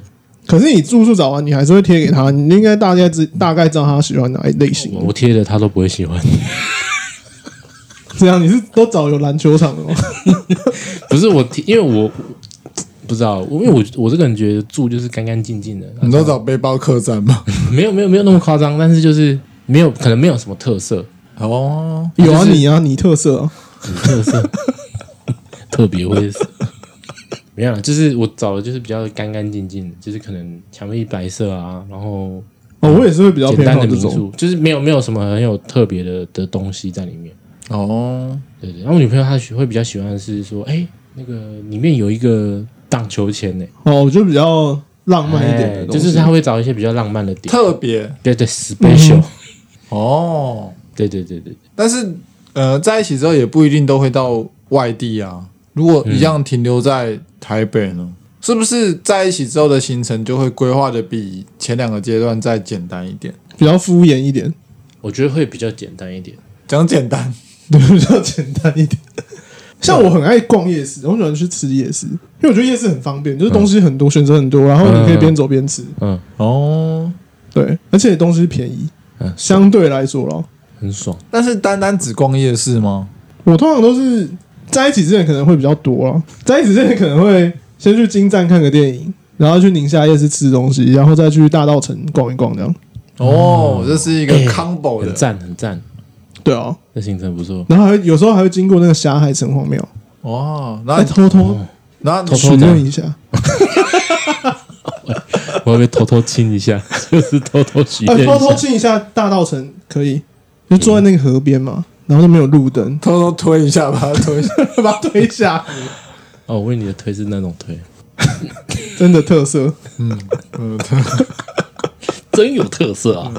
Speaker 1: 可是你住宿找完，你还是会贴给他，你应该大概知大概知道他喜欢哪一类型
Speaker 3: 哦我。我贴的她都不会喜欢，
Speaker 1: 这样你是都找有篮球场哦 的吗？
Speaker 3: 不是我贴，因为我不知道，因为我我这个人觉得住就是干干净净的，
Speaker 2: 你都找背包客栈吗？
Speaker 3: 没有没有没有那么夸张，但是就是没有可能没有什么特色，
Speaker 2: 哦，
Speaker 1: 有啊，你啊，你特色啊，
Speaker 3: 特色 特别会死。没有啦，啊就是我找的就是比较干干净净的，就是可能墙壁白色啊，然后
Speaker 1: 哦，我也是会比较
Speaker 3: 简
Speaker 1: 偏
Speaker 3: 单
Speaker 1: 好
Speaker 3: 的
Speaker 1: 这
Speaker 3: 民
Speaker 1: 种。
Speaker 3: 宿，就是没有没有什么很有特别的的东西在里面。
Speaker 2: 哦，
Speaker 3: 对对，然后我女朋友她喜会比较喜欢的是说，哎，那个里面有一个荡秋千呢、
Speaker 1: 哦，我就比较浪漫一点
Speaker 3: 哎
Speaker 1: 的东
Speaker 3: 就
Speaker 1: 西，嗯
Speaker 3: 是她会找一些比较浪漫的点，
Speaker 2: 特别
Speaker 3: 对对 special，、
Speaker 2: 哦，
Speaker 3: 对对对对，
Speaker 2: 但是呃，在一起之后也不一定都会到外地啊。如果一样停留在台北呢，是不是在一起之后的行程就会规划的比前两个阶段再简单一点？
Speaker 1: 比较敷衍一点，
Speaker 3: 我觉得会比较简单一点。
Speaker 2: 讲简单，
Speaker 1: 对，比较简单一 点。像我很爱逛夜市，我喜欢去吃夜市，因为我觉得夜市很方便，就是东西很多，选择很多，然后你可以边走边吃，
Speaker 3: 嗯
Speaker 2: 哦，
Speaker 1: 对，而且东西便宜，
Speaker 3: 嗯，
Speaker 1: 相对来说咯。
Speaker 3: 很爽。
Speaker 2: 但是单单只逛夜市吗？
Speaker 1: 我通常都是在一起之前可能会比较多啊，在一起之前可能会先去金站看个电影，然后去宁夏夜市吃东西，然后再去大道城逛一逛这样。
Speaker 2: 哦，这是一个
Speaker 3: 哎
Speaker 2: combo
Speaker 3: 很
Speaker 2: 的、
Speaker 3: 赞很赞，
Speaker 1: 对啊，
Speaker 3: 这行程不错。
Speaker 1: 然后还会有时候还会经过那个霞海城隍庙，
Speaker 2: 哦，然
Speaker 1: 来
Speaker 2: 后
Speaker 1: 偷偷
Speaker 2: 然后，
Speaker 3: 偷偷
Speaker 1: 许愿一下。
Speaker 3: 我要被偷偷亲一下， 就是偷偷许
Speaker 1: 呃，
Speaker 3: 愿一
Speaker 1: 偷偷
Speaker 3: 下。
Speaker 1: 进一下大道城可以，就坐在那个河边
Speaker 3: 嗯
Speaker 1: 嘛，然后都没有路灯
Speaker 2: 偷偷推一下，把它推一下。
Speaker 1: 把它推下，
Speaker 3: 哦，我为你的推是那种推，
Speaker 1: 真的特色。
Speaker 2: 嗯，对
Speaker 3: 真有特色啊！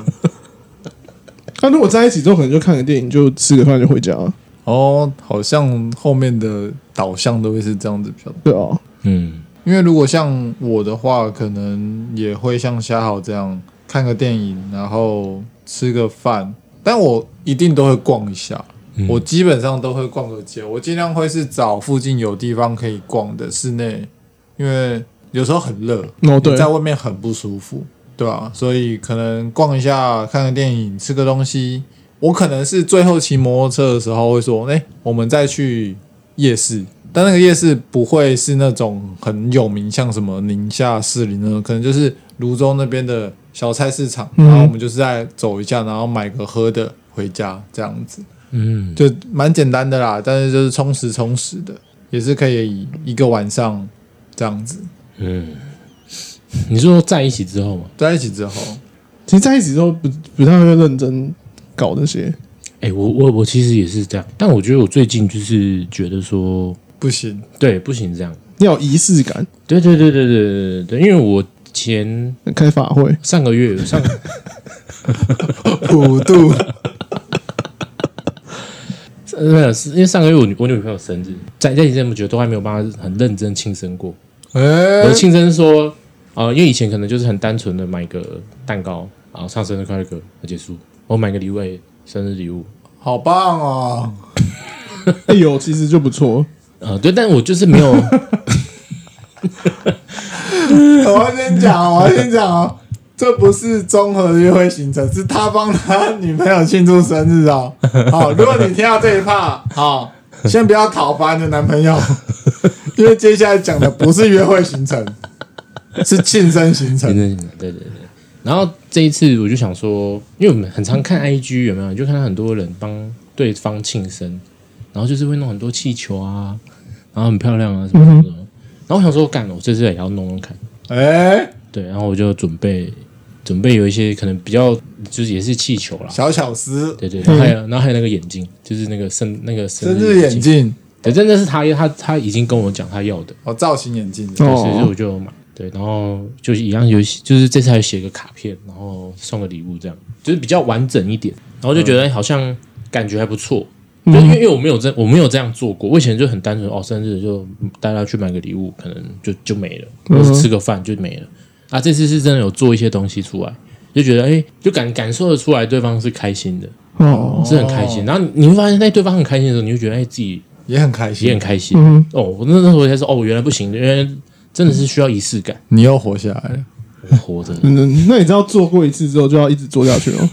Speaker 1: 那如果在一起之后，可能就看个电影，就吃个饭就回家了，
Speaker 2: 哦，好像后面的导向都会是这样子比较多。
Speaker 1: 对啊，
Speaker 3: 嗯，
Speaker 2: 因为如果像我的话，可能也会像虾豪这样看个电影，然后吃个饭，但我一定都会逛一下。嗯
Speaker 1: 嗯
Speaker 3: 嗯
Speaker 2: 我基本上都会逛个街，我尽量会是找附近有地方可以逛的室内，因为有时候很热，
Speaker 1: 哦对
Speaker 2: 你在外面很不舒服，对啊，所以可能逛一下，看个电影，吃个东西。我可能是最后骑摩托车的时候会说，哎、我们再去夜市，但那个夜市不会是那种很有名，像什么宁夏、士林那种，可能就是泸州那边的小菜市场，
Speaker 1: 嗯
Speaker 2: 然后我们就是在走一下，然后买个喝的回家这样子。
Speaker 3: 嗯，
Speaker 2: 就蛮简单的啦，但是就是充实充实的，也是可以一个晚上这样子
Speaker 3: 嗯你是说在一起之后吗？
Speaker 2: 在一起之后，
Speaker 1: 其实在一起之后不不太会认真搞这些，
Speaker 3: 哎、我我我其实也是这样，但我觉得我最近就是觉得说，
Speaker 2: 不行
Speaker 3: 对，不行这样。
Speaker 1: 要有仪式感，
Speaker 3: 对对对对对对对对，因为我前
Speaker 1: 开法会。
Speaker 3: 上个月上
Speaker 2: 普渡
Speaker 3: 呃没有，是因为上个月我女我女朋友生日，在在一起这么久都还没有帮她很认真庆生过。
Speaker 2: 哎、
Speaker 3: 我的庆生说，呃，因为以前可能就是很单纯的买个蛋糕，然后唱生日快乐歌结束。我买个礼物，哎生日礼物，
Speaker 2: 好棒哦！
Speaker 1: 哎有其实就不错，
Speaker 3: 呃，对，但我就是没有，
Speaker 2: 我要先讲哦，我要先讲哦。这不是综合约会行程，是他帮他女朋友庆祝生日哦。好，如果你听到这一趴，好，先不要讨伐你的男朋友，因为接下来讲的不是约会行程，是庆生行
Speaker 3: 对
Speaker 2: 程。
Speaker 3: 对对对对。然后这一次我就想说，因为我们很常看 IG 有没有，你就看到很多人帮对方庆生，然后就是会弄很多气球啊，然后很漂亮啊什么什么的。然后我想说，干，我这次也要弄弄看。
Speaker 2: 哎，
Speaker 3: 对，然后我就准备准备有一些可能比较就是也是气球啦，
Speaker 2: 小巧思，
Speaker 3: 对对，然后还有然后还有那个眼镜，就是那个生那个
Speaker 2: 生
Speaker 3: 生
Speaker 2: 日眼
Speaker 3: 镜，
Speaker 2: 镜，
Speaker 3: 对，真的是他他他已经跟我讲他要的，
Speaker 2: 哦，造型眼镜，
Speaker 3: 对所以就
Speaker 1: 哦
Speaker 3: 我，就有买。对，然后就是一样有，就是这次还写个卡片，然后送个礼物，这样就是比较完整一点。然后就觉得、哎好像感觉还不错，就是因为因为我没有这我没有这样做过，我以前就很单纯哦，生日就大家去买个礼物，可能就就没了，或者吃个饭就没了。啊，这次是真的有做一些东西出来，就觉得哎、就感感受得出来对方是开心的，
Speaker 1: 哦，
Speaker 3: 是很开心。然后你你会发现，在对方很开心的时候，你就觉得哎、自己
Speaker 2: 也很开
Speaker 3: 也很
Speaker 2: 心。
Speaker 3: 开心。
Speaker 1: 嗯，
Speaker 3: 哦，我那那时候才说哦，原来不行，原来真的是需要仪式感。
Speaker 2: 你又活下来了，
Speaker 3: 我活着，
Speaker 1: 嗯，那你知道做过一次之后就要一直做下去 哦。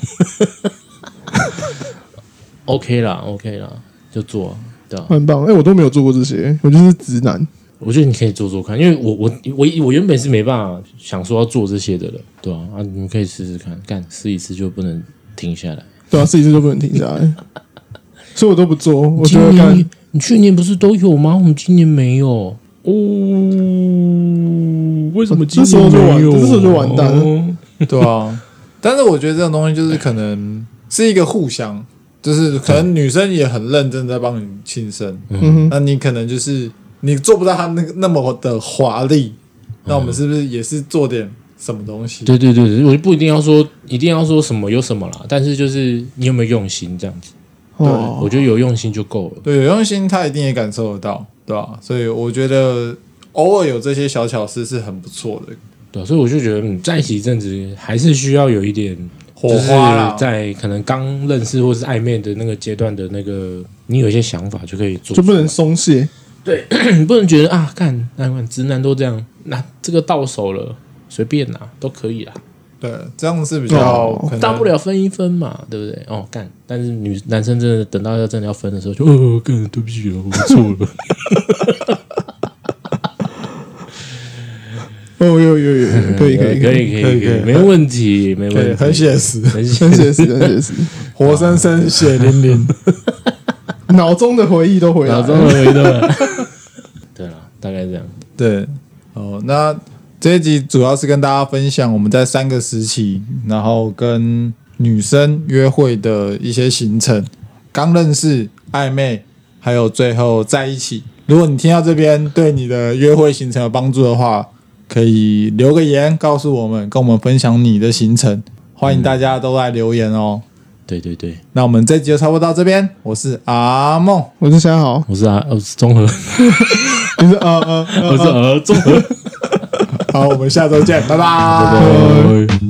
Speaker 3: OK 啦，OK 啦，就做啊，对啊。
Speaker 1: 很棒。哎、我都没有做过这些，我就是直男。
Speaker 3: 我觉得你可以做做看，因为我我我我原本是没办法想说要做这些的了，对啊，啊，你们可以试试看，干试一次就不能停下来。
Speaker 1: 对啊，试一次就不能停下来，所以我都不做。我觉
Speaker 3: 今
Speaker 1: 得干
Speaker 3: 年你去年不是都有吗？我们今年没有哦，为什么今
Speaker 1: 那时候
Speaker 3: 年
Speaker 1: 就
Speaker 3: 没
Speaker 1: 完
Speaker 3: 有？啊
Speaker 1: 这时候就完蛋了
Speaker 3: 哦
Speaker 2: 对 啊。但是我觉得这种东西就是可能是一个互相，就是可能女生也很认真在帮你庆生，
Speaker 1: 嗯
Speaker 2: 那你可能就是你做不到他那个那么的华丽，那我们是不是也是做点什么东西？
Speaker 3: 对对对，对我就不一定要说一定要说什么有什么啦，但是就是你有没有用心这样子，
Speaker 1: 哼，
Speaker 3: 我
Speaker 1: 哦，
Speaker 3: 觉得有用心就够了。
Speaker 2: 对，有用心他一定也感受得到，对吧、所以我觉得偶尔有这些小巧思是很不错的，
Speaker 3: 对，所以我就觉得，嗯，在一起一阵子还是需要有一点
Speaker 2: 火花啦
Speaker 3: 就是在可能刚认识或是暧昧的那个阶段的那个，你有一些想法就可以做出
Speaker 1: 就不
Speaker 3: 来，
Speaker 1: 能松懈。
Speaker 3: 你不能觉得啊，干，那看直男都这样，那、这个到手了随便拿都可以啦，
Speaker 2: 对，这样是比较
Speaker 1: 哦
Speaker 2: 可能
Speaker 3: 大不了分一分嘛，对不对？哦，干，但是女男生真的等到要真的要分的时候就，哦，干，对不起啊，我错了。
Speaker 1: 哦，有有有有，可以可以
Speaker 3: 可
Speaker 1: 可以，
Speaker 3: 以
Speaker 2: 可
Speaker 3: 可
Speaker 2: 以
Speaker 3: 以
Speaker 2: 可以
Speaker 3: 没问题，没
Speaker 2: 对，
Speaker 3: 问题，
Speaker 2: 很写实，
Speaker 3: 很写
Speaker 1: 很写实，很写实，
Speaker 2: 活生生血淋 淋。
Speaker 1: 脑中的回忆都回来
Speaker 2: 啊
Speaker 3: 脑中
Speaker 1: 了。
Speaker 3: 的 回的。对了，大概这样。
Speaker 2: 对，哦，那这一集主要是跟大家分享我们在三个时期，然后跟女生约会的一些行程，刚认识、暧昧，还有最后在一起。如果你听到这边对你的约会行程有帮助的话，可以留个言告诉我们，跟我们分享你的行程。欢迎大家都来留言哦。
Speaker 3: 对对对，
Speaker 2: 那我们这集就差不多到这边，我是阿 梦，
Speaker 1: 我是夏豪，
Speaker 3: 我是啊，我是 综合，
Speaker 1: 你是
Speaker 2: 哦
Speaker 1: 呃呃呃
Speaker 3: 我是呃综合。
Speaker 2: 好，我们下周见，拜拜
Speaker 3: 拜拜